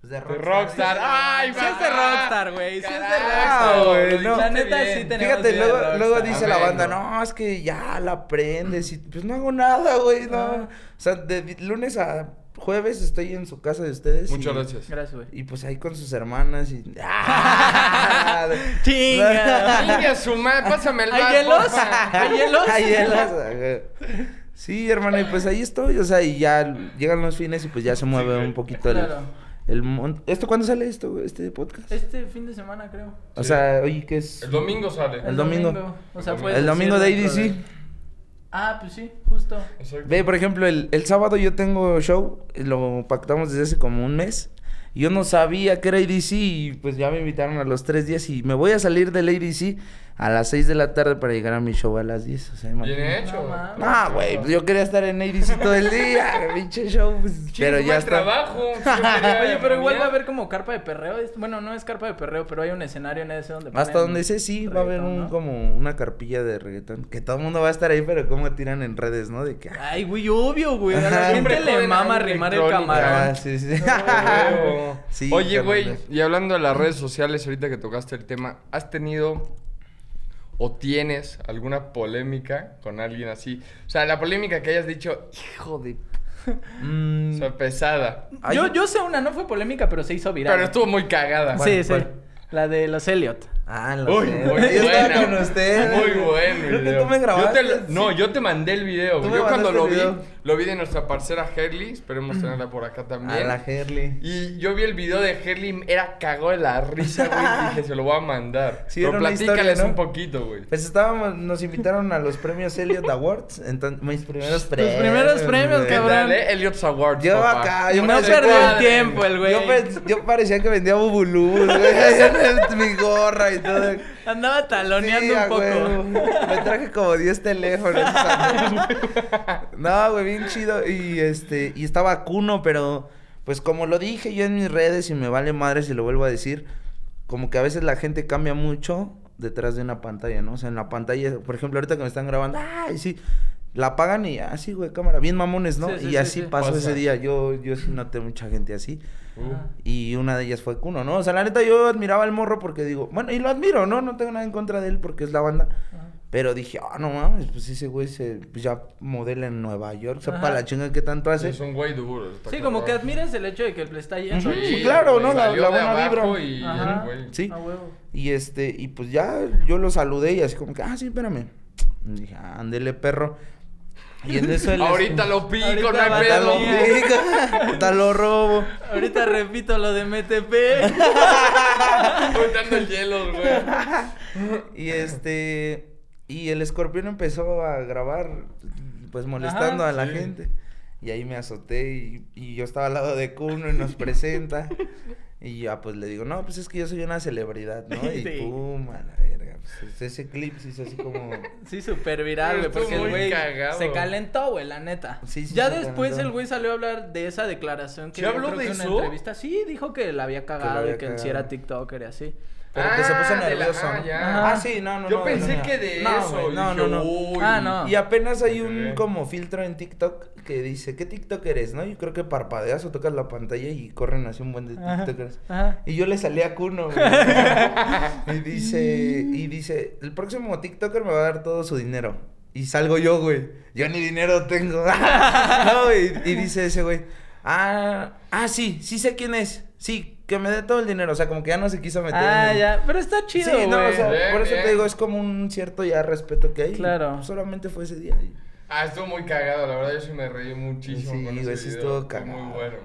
[SPEAKER 5] Pues, de rockstar.
[SPEAKER 2] rockstar. Ay,
[SPEAKER 1] Sí es de rockstar, güey. Sí es de
[SPEAKER 2] Carajo,
[SPEAKER 1] rockstar.
[SPEAKER 5] güey,
[SPEAKER 2] lo
[SPEAKER 5] no.
[SPEAKER 1] Ah, La
[SPEAKER 2] dijiste
[SPEAKER 1] neta
[SPEAKER 2] bien.
[SPEAKER 1] sí tenemos
[SPEAKER 5] Fíjate,
[SPEAKER 1] vida de
[SPEAKER 5] luego, luego
[SPEAKER 1] rockstar.
[SPEAKER 5] dice
[SPEAKER 2] A
[SPEAKER 5] la
[SPEAKER 2] ver,
[SPEAKER 5] banda,
[SPEAKER 2] no.
[SPEAKER 5] no, es que ya la aprendes y pues no hago nada, güey, no.
[SPEAKER 1] Ah.
[SPEAKER 5] O sea, de vi- lunes a jueves estoy en su casa de ustedes. y-
[SPEAKER 2] Muchas gracias.
[SPEAKER 1] Gracias, güey.
[SPEAKER 5] Y pues ahí con sus hermanas y... <laughs> ¡Ah!
[SPEAKER 1] <laughs>
[SPEAKER 5] <laughs>
[SPEAKER 1] Chinga.
[SPEAKER 2] Niña, su madre, pásame el
[SPEAKER 1] ¿Hay
[SPEAKER 2] bar,
[SPEAKER 1] hielos?
[SPEAKER 2] porfa.
[SPEAKER 1] ¿Hay hielos?
[SPEAKER 5] Ay, hielos, ajá. Sí, hermano, y pues ahí estoy, o sea, y ya llegan los fines y pues ya se mueve un poquito el...
[SPEAKER 1] Claro.
[SPEAKER 5] el mon- ¿Esto cuándo sale esto, güey, este podcast?
[SPEAKER 1] Este fin de semana, creo.
[SPEAKER 5] O
[SPEAKER 2] Sí.
[SPEAKER 5] sea, oye, ¿qué es?
[SPEAKER 2] El domingo sale.
[SPEAKER 5] El domingo.
[SPEAKER 1] O sea,
[SPEAKER 2] El
[SPEAKER 1] puedes
[SPEAKER 5] El domingo de
[SPEAKER 1] decir
[SPEAKER 5] ADC.
[SPEAKER 1] dentro Ah, pues sí,
[SPEAKER 5] <laughs>
[SPEAKER 1] justo.
[SPEAKER 2] Exacto.
[SPEAKER 5] Ve, por ejemplo, el, el sábado yo tengo show, lo pactamos desde hace como un mes. Yo no sabía que era ADC y pues ya me invitaron a los tres días y me voy a salir del ADC a las 6 de la tarde para llegar a mi show a las 10. O sea,
[SPEAKER 2] Bien
[SPEAKER 5] imagínate.
[SPEAKER 2] hecho.
[SPEAKER 1] No, mames.
[SPEAKER 5] Ah, güey, pues yo quería estar en ADC todo el día, <laughs> pinche show. pues, pero ya está. <laughs>
[SPEAKER 2] trabajo.
[SPEAKER 1] Oye, pero igual va a haber como carpa de perreo. es- Bueno, no es carpa de perreo, pero hay un escenario en ese donde.
[SPEAKER 5] Hasta
[SPEAKER 1] ponen
[SPEAKER 5] donde sé, sí, va a haber
[SPEAKER 1] reggaetón,
[SPEAKER 5] un,
[SPEAKER 1] ¿no?
[SPEAKER 5] como una carpilla de reggaetón. Que todo el mundo va a estar ahí, pero como tiran en redes, ¿no? De que. ah,
[SPEAKER 1] Ay, güey, obvio, güey. A la
[SPEAKER 5] Ajá.
[SPEAKER 1] gente
[SPEAKER 2] Siempre
[SPEAKER 1] le
[SPEAKER 2] joden
[SPEAKER 1] mama
[SPEAKER 2] algo
[SPEAKER 1] rimar el
[SPEAKER 2] electrónico.
[SPEAKER 1] camarón.
[SPEAKER 5] sí, sí.
[SPEAKER 2] <laughs> Ah,
[SPEAKER 5] Sí,
[SPEAKER 2] Oye, güey,
[SPEAKER 5] carnales.
[SPEAKER 2] y hablando de las redes sociales, ahorita que tocaste el tema, ¿has tenido o tienes alguna polémica con alguien así? O sea, la polémica que hayas dicho, hijo <laughs> de... p-", O
[SPEAKER 5] Mm,
[SPEAKER 2] sea, pesada.
[SPEAKER 5] Ay.
[SPEAKER 1] Yo, yo sé una, no fue polémica, pero se hizo viral.
[SPEAKER 2] Pero estuvo muy cagada.
[SPEAKER 1] Sí, sí.
[SPEAKER 5] ¿Cuál?
[SPEAKER 1] La de los Elliot.
[SPEAKER 5] Ah, lo
[SPEAKER 2] Uy,
[SPEAKER 5] sé.
[SPEAKER 2] muy
[SPEAKER 5] Yo estaba
[SPEAKER 2] buena.
[SPEAKER 5] con usted.
[SPEAKER 2] Muy bueno. el
[SPEAKER 5] Creo que
[SPEAKER 2] video.
[SPEAKER 5] tú me grabaste.
[SPEAKER 2] Yo te lo- no, yo te mandé el video.
[SPEAKER 5] Tú
[SPEAKER 2] güey.
[SPEAKER 5] me
[SPEAKER 2] Yo cuando
[SPEAKER 5] mandaste
[SPEAKER 2] lo
[SPEAKER 5] el
[SPEAKER 2] vi,
[SPEAKER 5] video.
[SPEAKER 2] lo vi de nuestra parcera Herley. Esperemos tenerla por acá
[SPEAKER 5] A
[SPEAKER 2] también.
[SPEAKER 5] la Herley.
[SPEAKER 2] Y yo vi el video de Herley, era cagado de la risa, güey. y Dije, se lo voy a mandar.
[SPEAKER 5] Sí,
[SPEAKER 2] Pero
[SPEAKER 5] era una historia,
[SPEAKER 2] platícales
[SPEAKER 5] ¿no?
[SPEAKER 2] un poquito, güey.
[SPEAKER 5] Pues estábamos, nos invitaron a los premios Elliot Awards. Entonces, mis primeros premios.
[SPEAKER 1] primeros premios,
[SPEAKER 5] güey.
[SPEAKER 2] ¿Qué
[SPEAKER 1] cabrón.
[SPEAKER 2] tal, eh? Elliot's Awards.
[SPEAKER 5] Yo
[SPEAKER 2] papá.
[SPEAKER 5] acá, yo
[SPEAKER 2] Una
[SPEAKER 5] me
[SPEAKER 1] No
[SPEAKER 5] hace
[SPEAKER 2] secuela
[SPEAKER 1] perdió el
[SPEAKER 5] cuadro.
[SPEAKER 2] de-
[SPEAKER 1] tiempo el güey.
[SPEAKER 5] Yo, pens- yo parecía que vendía bubulú, güey. <laughs> en mi gorra y todo.
[SPEAKER 1] Andaba taloneando
[SPEAKER 5] Sí,
[SPEAKER 1] un
[SPEAKER 5] a
[SPEAKER 1] poco.
[SPEAKER 5] huevo. Me traje como 10 teléfonos. esa noche. no, güey, bien chido. Y este, y estaba Cuno, pero pues como lo dije yo en mis redes y me vale madre si lo vuelvo a decir, como que a veces la gente cambia mucho detrás de una pantalla, ¿no? O sea, en la pantalla, por ejemplo, ahorita que me están grabando, ay, sí, la apagan y así, güey, cámara, bien mamones, ¿no?
[SPEAKER 1] Sí, sí,
[SPEAKER 5] y
[SPEAKER 1] sí,
[SPEAKER 5] así
[SPEAKER 1] sí.
[SPEAKER 5] pasó
[SPEAKER 2] Pasa.
[SPEAKER 5] ese día. Yo yo sí noté mucha gente así.
[SPEAKER 2] Uh,
[SPEAKER 5] Y una de ellas fue Cuno, ¿no? O sea, la neta yo admiraba al morro porque digo, bueno, y lo admiro, ¿no? No tengo nada en contra de él porque es la banda. Pero dije, ah, no mames, pues ese güey se, pues, ya modela en Nueva York, sepa
[SPEAKER 1] Ajá.
[SPEAKER 5] la chinga que tanto hace.
[SPEAKER 2] Es un güey duro. está
[SPEAKER 1] Sí, como que
[SPEAKER 2] cabrón.
[SPEAKER 1] admiras el hecho de que le está
[SPEAKER 5] Ujú,
[SPEAKER 1] yendo.
[SPEAKER 5] Sí,
[SPEAKER 1] ahí.
[SPEAKER 5] claro, ¿no?
[SPEAKER 2] güey,
[SPEAKER 5] La-
[SPEAKER 2] salió
[SPEAKER 5] la
[SPEAKER 2] de
[SPEAKER 5] buena
[SPEAKER 2] abajo
[SPEAKER 5] vibra.
[SPEAKER 2] y el
[SPEAKER 1] Ajá.
[SPEAKER 2] güey. <laughs>
[SPEAKER 5] Sí.
[SPEAKER 1] A huevo.
[SPEAKER 5] Y este, y pues ya yo lo saludé y así como que, ah, sí, espérame. Y dije, ah, ándele, perro. Y en eso él-
[SPEAKER 2] Ahorita lo
[SPEAKER 1] <laughs>
[SPEAKER 2] pico,
[SPEAKER 1] Ahorita
[SPEAKER 2] no hay
[SPEAKER 1] va a
[SPEAKER 5] Ahorita
[SPEAKER 2] pedo.
[SPEAKER 5] lo
[SPEAKER 1] Mía.
[SPEAKER 5] pico, <laughs> ahorita lo robo.
[SPEAKER 1] Ahorita repito lo de MTP.
[SPEAKER 2] Juntando hielos, güey.
[SPEAKER 5] Y este. Y el escorpión empezó a grabar, pues molestando
[SPEAKER 1] Ajá,
[SPEAKER 5] a la
[SPEAKER 2] sí.
[SPEAKER 5] gente. Y ahí me azoté y, y yo estaba al lado de Kuno y
[SPEAKER 1] <laughs>
[SPEAKER 5] nos presenta. Y ya pues le digo, no, pues es que yo soy una celebridad, ¿no?
[SPEAKER 1] <laughs>
[SPEAKER 5] Y
[SPEAKER 1] Sí.
[SPEAKER 5] pum, a la verga. Pues es- ese clip se hizo así como.
[SPEAKER 1] Sí, súper viral, güey.
[SPEAKER 2] Estuvo
[SPEAKER 1] Porque el
[SPEAKER 2] muy
[SPEAKER 1] güey
[SPEAKER 2] cagado.
[SPEAKER 1] se calentó, güey, la neta.
[SPEAKER 5] Sí, sí,
[SPEAKER 1] ya
[SPEAKER 5] se
[SPEAKER 1] después
[SPEAKER 5] calentó.
[SPEAKER 1] el güey salió a hablar de esa declaración que
[SPEAKER 2] ¿Sí
[SPEAKER 1] dio,
[SPEAKER 2] habló
[SPEAKER 1] creo
[SPEAKER 2] de
[SPEAKER 1] que en una
[SPEAKER 2] eso?
[SPEAKER 1] entrevista. Sí, dijo que la había cagado
[SPEAKER 5] había
[SPEAKER 1] y que él sí era
[SPEAKER 5] cagado.
[SPEAKER 1] TikToker y así.
[SPEAKER 5] Pero que se
[SPEAKER 2] Ah,
[SPEAKER 5] puso
[SPEAKER 2] de la-
[SPEAKER 5] nervioso.
[SPEAKER 2] ah,
[SPEAKER 5] ¿no?
[SPEAKER 2] ya.
[SPEAKER 5] Ah, sí, no, no.
[SPEAKER 2] Yo
[SPEAKER 5] no,
[SPEAKER 2] pensé
[SPEAKER 5] no,
[SPEAKER 2] que de
[SPEAKER 5] no,
[SPEAKER 2] eso.
[SPEAKER 5] güey,
[SPEAKER 2] dije,
[SPEAKER 5] no, no, no.
[SPEAKER 2] uy.
[SPEAKER 1] Ah, no.
[SPEAKER 5] Y apenas hay un
[SPEAKER 2] Ok.
[SPEAKER 5] como filtro en TikTok que dice, ¿qué TikTok eres? ¿No? Yo creo que parpadeas o tocas la pantalla y corren así un buen de
[SPEAKER 1] Ajá,
[SPEAKER 5] TikTokers.
[SPEAKER 1] ajá.
[SPEAKER 5] Y yo le salí a Kuno,
[SPEAKER 1] <laughs>
[SPEAKER 5] güey. y dice, y dice, el próximo TikToker me va a dar todo su dinero. Y salgo yo, güey. Yo ni dinero tengo. <laughs> No, güey. y dice ese güey, ah, ah, sí, sí sé quién es. Sí, que me dé todo el dinero. O sea, como que ya no se quiso meter.
[SPEAKER 1] Ah,
[SPEAKER 5] en-
[SPEAKER 1] ya. Pero está chido, güey.
[SPEAKER 5] sí, no, o sea,
[SPEAKER 2] Bien,
[SPEAKER 5] por eso
[SPEAKER 2] bien.
[SPEAKER 5] te digo, es como un cierto ya respeto que hay.
[SPEAKER 1] Claro.
[SPEAKER 5] Solamente fue ese día.
[SPEAKER 2] Ah, estuvo muy cagado, la verdad yo sí me reí muchísimo
[SPEAKER 5] Sí,
[SPEAKER 2] con ese
[SPEAKER 5] güey, sí
[SPEAKER 2] video,
[SPEAKER 5] estuvo
[SPEAKER 2] fue
[SPEAKER 5] cagado.
[SPEAKER 2] Muy bueno.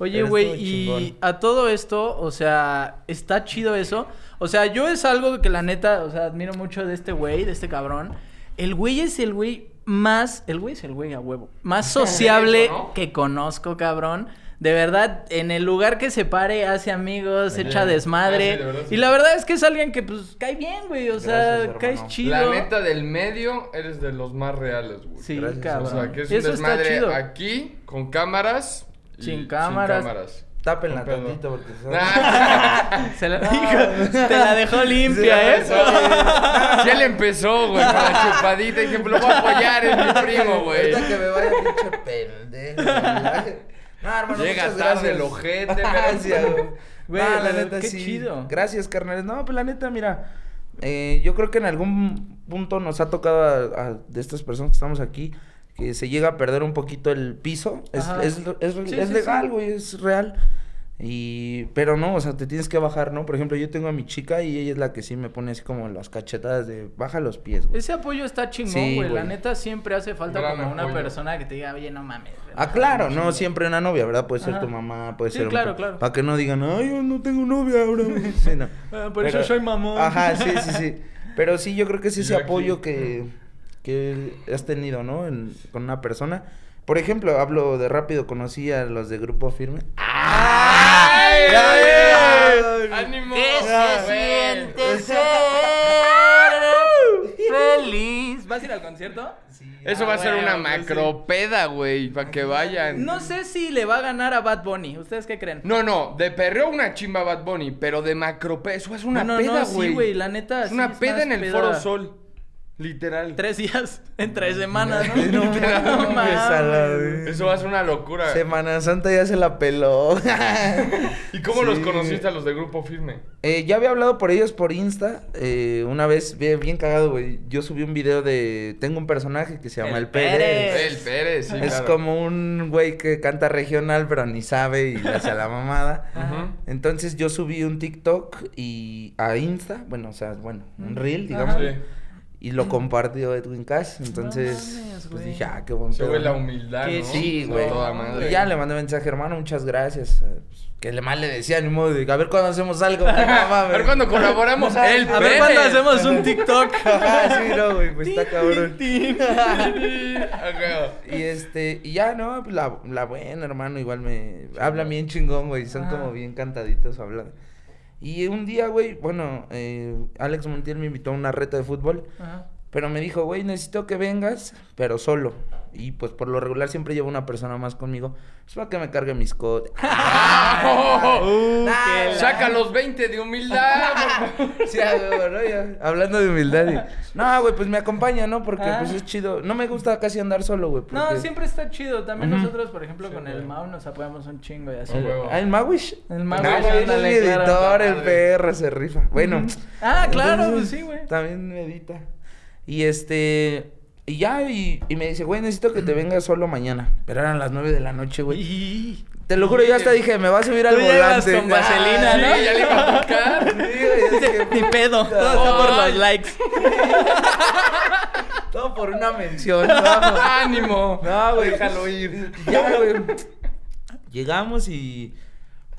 [SPEAKER 1] Oye,
[SPEAKER 5] Pero
[SPEAKER 1] güey,
[SPEAKER 5] estuvo
[SPEAKER 1] y
[SPEAKER 5] chingón.
[SPEAKER 1] a todo esto, o sea, está chido eso. O sea, yo es algo que la neta, o sea, admiro mucho de este güey, de este cabrón. El güey es el güey más, el güey es el güey a huevo, más sociable
[SPEAKER 2] ¿no?
[SPEAKER 1] que conozco, cabrón. De verdad, en el lugar que se pare, hace amigos,
[SPEAKER 2] Sí.
[SPEAKER 1] echa desmadre.
[SPEAKER 2] Ah, sí, de verdad, sí.
[SPEAKER 1] Y la verdad es que es alguien que, pues, cae bien, güey. O sea,
[SPEAKER 5] Gracias,
[SPEAKER 1] caes
[SPEAKER 5] hermano.
[SPEAKER 1] chido.
[SPEAKER 2] La neta del medio eres de los más reales, güey.
[SPEAKER 1] Sí,
[SPEAKER 5] Gracias.
[SPEAKER 2] O
[SPEAKER 1] cabrón.
[SPEAKER 2] sea, que es un
[SPEAKER 1] eso está
[SPEAKER 2] desmadre
[SPEAKER 1] chido.
[SPEAKER 2] aquí, con cámaras. y
[SPEAKER 1] Sin cámaras.
[SPEAKER 2] cámaras.
[SPEAKER 5] Tápenla
[SPEAKER 2] Un pedo.
[SPEAKER 5] tantito porque se-
[SPEAKER 2] Ah,
[SPEAKER 1] <laughs> Se
[SPEAKER 2] <laughs>
[SPEAKER 1] la,
[SPEAKER 5] No.
[SPEAKER 1] dijo, te la dejó
[SPEAKER 5] Sí,
[SPEAKER 1] limpia, <laughs> ¿eh?
[SPEAKER 5] eso,
[SPEAKER 1] <laughs>
[SPEAKER 5] güey.
[SPEAKER 2] Si él empezó, güey, con la chupadita. Dije, pues lo voy a apoyar, es mi primo, güey.
[SPEAKER 5] Ahorita que me vaya pinche pendejo. güey. No, hermano,
[SPEAKER 2] Llega
[SPEAKER 5] muchas
[SPEAKER 2] tarde
[SPEAKER 5] gracias.
[SPEAKER 2] el ojete,
[SPEAKER 5] <laughs>
[SPEAKER 2] pero-
[SPEAKER 5] Gracias, güey.
[SPEAKER 1] Güey,
[SPEAKER 5] No,
[SPEAKER 1] pero qué chido.
[SPEAKER 5] Gracias, carnales. No, pues la neta, mira. eh, yo creo que en algún punto nos ha tocado a, a- de estas personas que estamos aquí que se llega a perder un poquito el piso. Es,
[SPEAKER 1] Ajá.
[SPEAKER 5] es, es,
[SPEAKER 1] Sí,
[SPEAKER 5] es
[SPEAKER 1] sí,
[SPEAKER 5] legal,
[SPEAKER 1] sí.
[SPEAKER 5] güey, es real. Y, pero no, o sea, te tienes que bajar, ¿no? Por ejemplo, yo tengo a mi chica y ella es la que sí me pone así como las cachetadas de baja los pies, güey.
[SPEAKER 1] Ese apoyo está chingón,
[SPEAKER 5] Sí,
[SPEAKER 1] güey. La
[SPEAKER 5] güey.
[SPEAKER 1] neta siempre hace falta
[SPEAKER 2] Gran
[SPEAKER 1] como una
[SPEAKER 2] apoyo.
[SPEAKER 1] persona que te diga, oye, no mames.
[SPEAKER 5] Ah, claro, no siempre una novia, ¿verdad? Puede ser
[SPEAKER 1] Ajá.
[SPEAKER 5] tu mamá, puede
[SPEAKER 1] Sí,
[SPEAKER 5] ser.
[SPEAKER 1] claro, claro.
[SPEAKER 5] Para que no digan, ay, yo no tengo novia ahora. Sí, no.
[SPEAKER 1] Ah, por eso soy mamón.
[SPEAKER 5] Ajá, sí, sí, sí. Pero sí, yo creo que es
[SPEAKER 2] Y
[SPEAKER 5] ese
[SPEAKER 2] yo aquí.
[SPEAKER 5] apoyo que, que has tenido, ¿no? En- con una persona. Por ejemplo, hablo de rápido, conocí a los de Grupo Firme.
[SPEAKER 2] ¡Ay,
[SPEAKER 5] Ya
[SPEAKER 2] ay,
[SPEAKER 5] ves.
[SPEAKER 2] ay! ¡Ánimo!
[SPEAKER 1] ¿Qué se
[SPEAKER 2] güey!
[SPEAKER 1] siente ser feliz? <laughs> ¿Vas a ir al concierto?
[SPEAKER 2] Eso va a
[SPEAKER 1] Ah,
[SPEAKER 2] ser una macropeda, güey, para que vayan.
[SPEAKER 1] pues No sé si le va a ganar a Bad Bunny. ¿Ustedes qué creen?
[SPEAKER 2] Ah. No, no, de perreo una chimba Bad Bunny, pero de macropeda, eso es una
[SPEAKER 1] no, no,
[SPEAKER 2] peda,
[SPEAKER 1] sí,
[SPEAKER 2] güey.
[SPEAKER 1] güey. La neta.
[SPEAKER 2] es
[SPEAKER 1] sí
[SPEAKER 2] una
[SPEAKER 1] más
[SPEAKER 2] peda en el
[SPEAKER 1] peda.
[SPEAKER 2] Foro Sol. Literal.
[SPEAKER 1] Tres días <laughs> en tres semanas, <laughs> ¿no?
[SPEAKER 5] No
[SPEAKER 1] Literal, no
[SPEAKER 5] <laughs> mames,
[SPEAKER 1] mames.
[SPEAKER 5] a la vez.
[SPEAKER 2] Eso va a ser una locura.
[SPEAKER 5] Semana Santa ya se la peló.
[SPEAKER 2] ¿Y cómo los
[SPEAKER 5] Sí.
[SPEAKER 2] conociste a los de Grupo Firme?
[SPEAKER 5] Eh, ya había hablado por ellos por Insta. eh, una vez, bien, bien cagado, güey. Yo subí un video de. Tengo un personaje que se llama
[SPEAKER 1] El
[SPEAKER 5] El, Pérez.
[SPEAKER 1] Pérez.
[SPEAKER 2] El Pérez, sí,
[SPEAKER 5] es
[SPEAKER 2] claro.
[SPEAKER 5] como un güey que canta regional, pero ni sabe y le hace a
[SPEAKER 2] <laughs>
[SPEAKER 5] la mamada.
[SPEAKER 2] Ujú.
[SPEAKER 5] Entonces yo subí un TikTok y a Insta, bueno, o sea, bueno, un
[SPEAKER 1] Ujú.
[SPEAKER 5] reel, digamos.
[SPEAKER 1] Ajá.
[SPEAKER 2] Sí.
[SPEAKER 5] Y lo compartió Edwin Cash. Entonces,
[SPEAKER 1] mames,
[SPEAKER 5] pues
[SPEAKER 1] güey.
[SPEAKER 5] dije, ah, qué buen
[SPEAKER 2] Se
[SPEAKER 5] pedo,
[SPEAKER 2] ve la
[SPEAKER 5] ¿no?
[SPEAKER 2] humildad,
[SPEAKER 1] Que
[SPEAKER 2] ¿no?
[SPEAKER 5] Sí,
[SPEAKER 2] A
[SPEAKER 5] güey.
[SPEAKER 2] Toda madre.
[SPEAKER 5] Y ya le
[SPEAKER 2] <laughs>
[SPEAKER 5] mandé mensaje, hermano, muchas gracias. Eh, pues, Que le mal le decía, ni modo, de, a ver cuándo hacemos
[SPEAKER 2] <laughs>
[SPEAKER 5] algo. <laughs> No
[SPEAKER 2] A
[SPEAKER 5] mames.
[SPEAKER 2] ver cuando
[SPEAKER 5] <laughs>
[SPEAKER 2] colaboramos el
[SPEAKER 1] A ver cuándo hacemos un TikTok.
[SPEAKER 5] Ajá, sí, no, güey, pues está cabrón.
[SPEAKER 1] Tin, tin.
[SPEAKER 2] Ajá.
[SPEAKER 5] Y este, y ya, no, pues, la, la buena, hermano, igual me hablan bien chingón, güey, son
[SPEAKER 1] Ah.
[SPEAKER 5] como bien cantaditos hablando. Y un día, güey, bueno, eh, Alex Montiel me invitó a una reta de fútbol,
[SPEAKER 1] Ajá.
[SPEAKER 5] pero me dijo, güey, necesito que vengas, pero solo. Y pues por lo regular siempre llevo una persona más conmigo, es para que me cargue
[SPEAKER 1] <laughs>
[SPEAKER 5] mis cotes.
[SPEAKER 2] Ah,
[SPEAKER 1] Uh,
[SPEAKER 5] Nah,
[SPEAKER 1] qué la-
[SPEAKER 2] Saca los 20 de humildad.
[SPEAKER 5] <laughs>
[SPEAKER 2] por favor.
[SPEAKER 5] <laughs> Sí, a huevo, ¿no? Ya, Hablando de humildad.
[SPEAKER 1] <laughs>
[SPEAKER 5] y- No, güey, pues me acompaña, ¿no? Porque
[SPEAKER 1] Ah.
[SPEAKER 5] pues es chido. No me gusta casi andar solo, güey.
[SPEAKER 1] No,
[SPEAKER 5] porque-
[SPEAKER 1] siempre está chido. También
[SPEAKER 5] Ujú.
[SPEAKER 1] nosotros, por ejemplo,
[SPEAKER 2] Sí,
[SPEAKER 1] con el
[SPEAKER 2] güey.
[SPEAKER 1] Mau nos apoyamos un chingo y así.
[SPEAKER 2] A huevo.
[SPEAKER 5] Ah, el Mawish.
[SPEAKER 1] El Mawish,
[SPEAKER 5] Ah, güey, es mi
[SPEAKER 1] ándale, claro.
[SPEAKER 5] editor, el
[SPEAKER 2] Madre.
[SPEAKER 5] PR se rifa. Bueno.
[SPEAKER 1] Ujú. Ah, claro,
[SPEAKER 5] entonces,
[SPEAKER 1] pues sí, güey.
[SPEAKER 5] También me edita. Y este. Y ya, y, y me dice, güey, necesito que te vengas solo mañana. Pero eran las 9 de la noche, güey.
[SPEAKER 1] Y-
[SPEAKER 5] Te lo juro, yo hasta dije, me va a subir al
[SPEAKER 1] Tú ya ibas
[SPEAKER 5] volante.
[SPEAKER 1] con vaselina,
[SPEAKER 5] Ah,
[SPEAKER 1] ¿no?
[SPEAKER 2] Sí, ya le iba a tocar.
[SPEAKER 5] <laughs> sí, güey, es que-
[SPEAKER 1] Ni pedo. Todo está por
[SPEAKER 2] Ay.
[SPEAKER 1] los likes.
[SPEAKER 5] <laughs> Todo por una mención. vamos.
[SPEAKER 2] Ánimo.
[SPEAKER 5] No, güey.
[SPEAKER 2] Déjalo ir.
[SPEAKER 5] <laughs> Ya, güey. Llegamos y.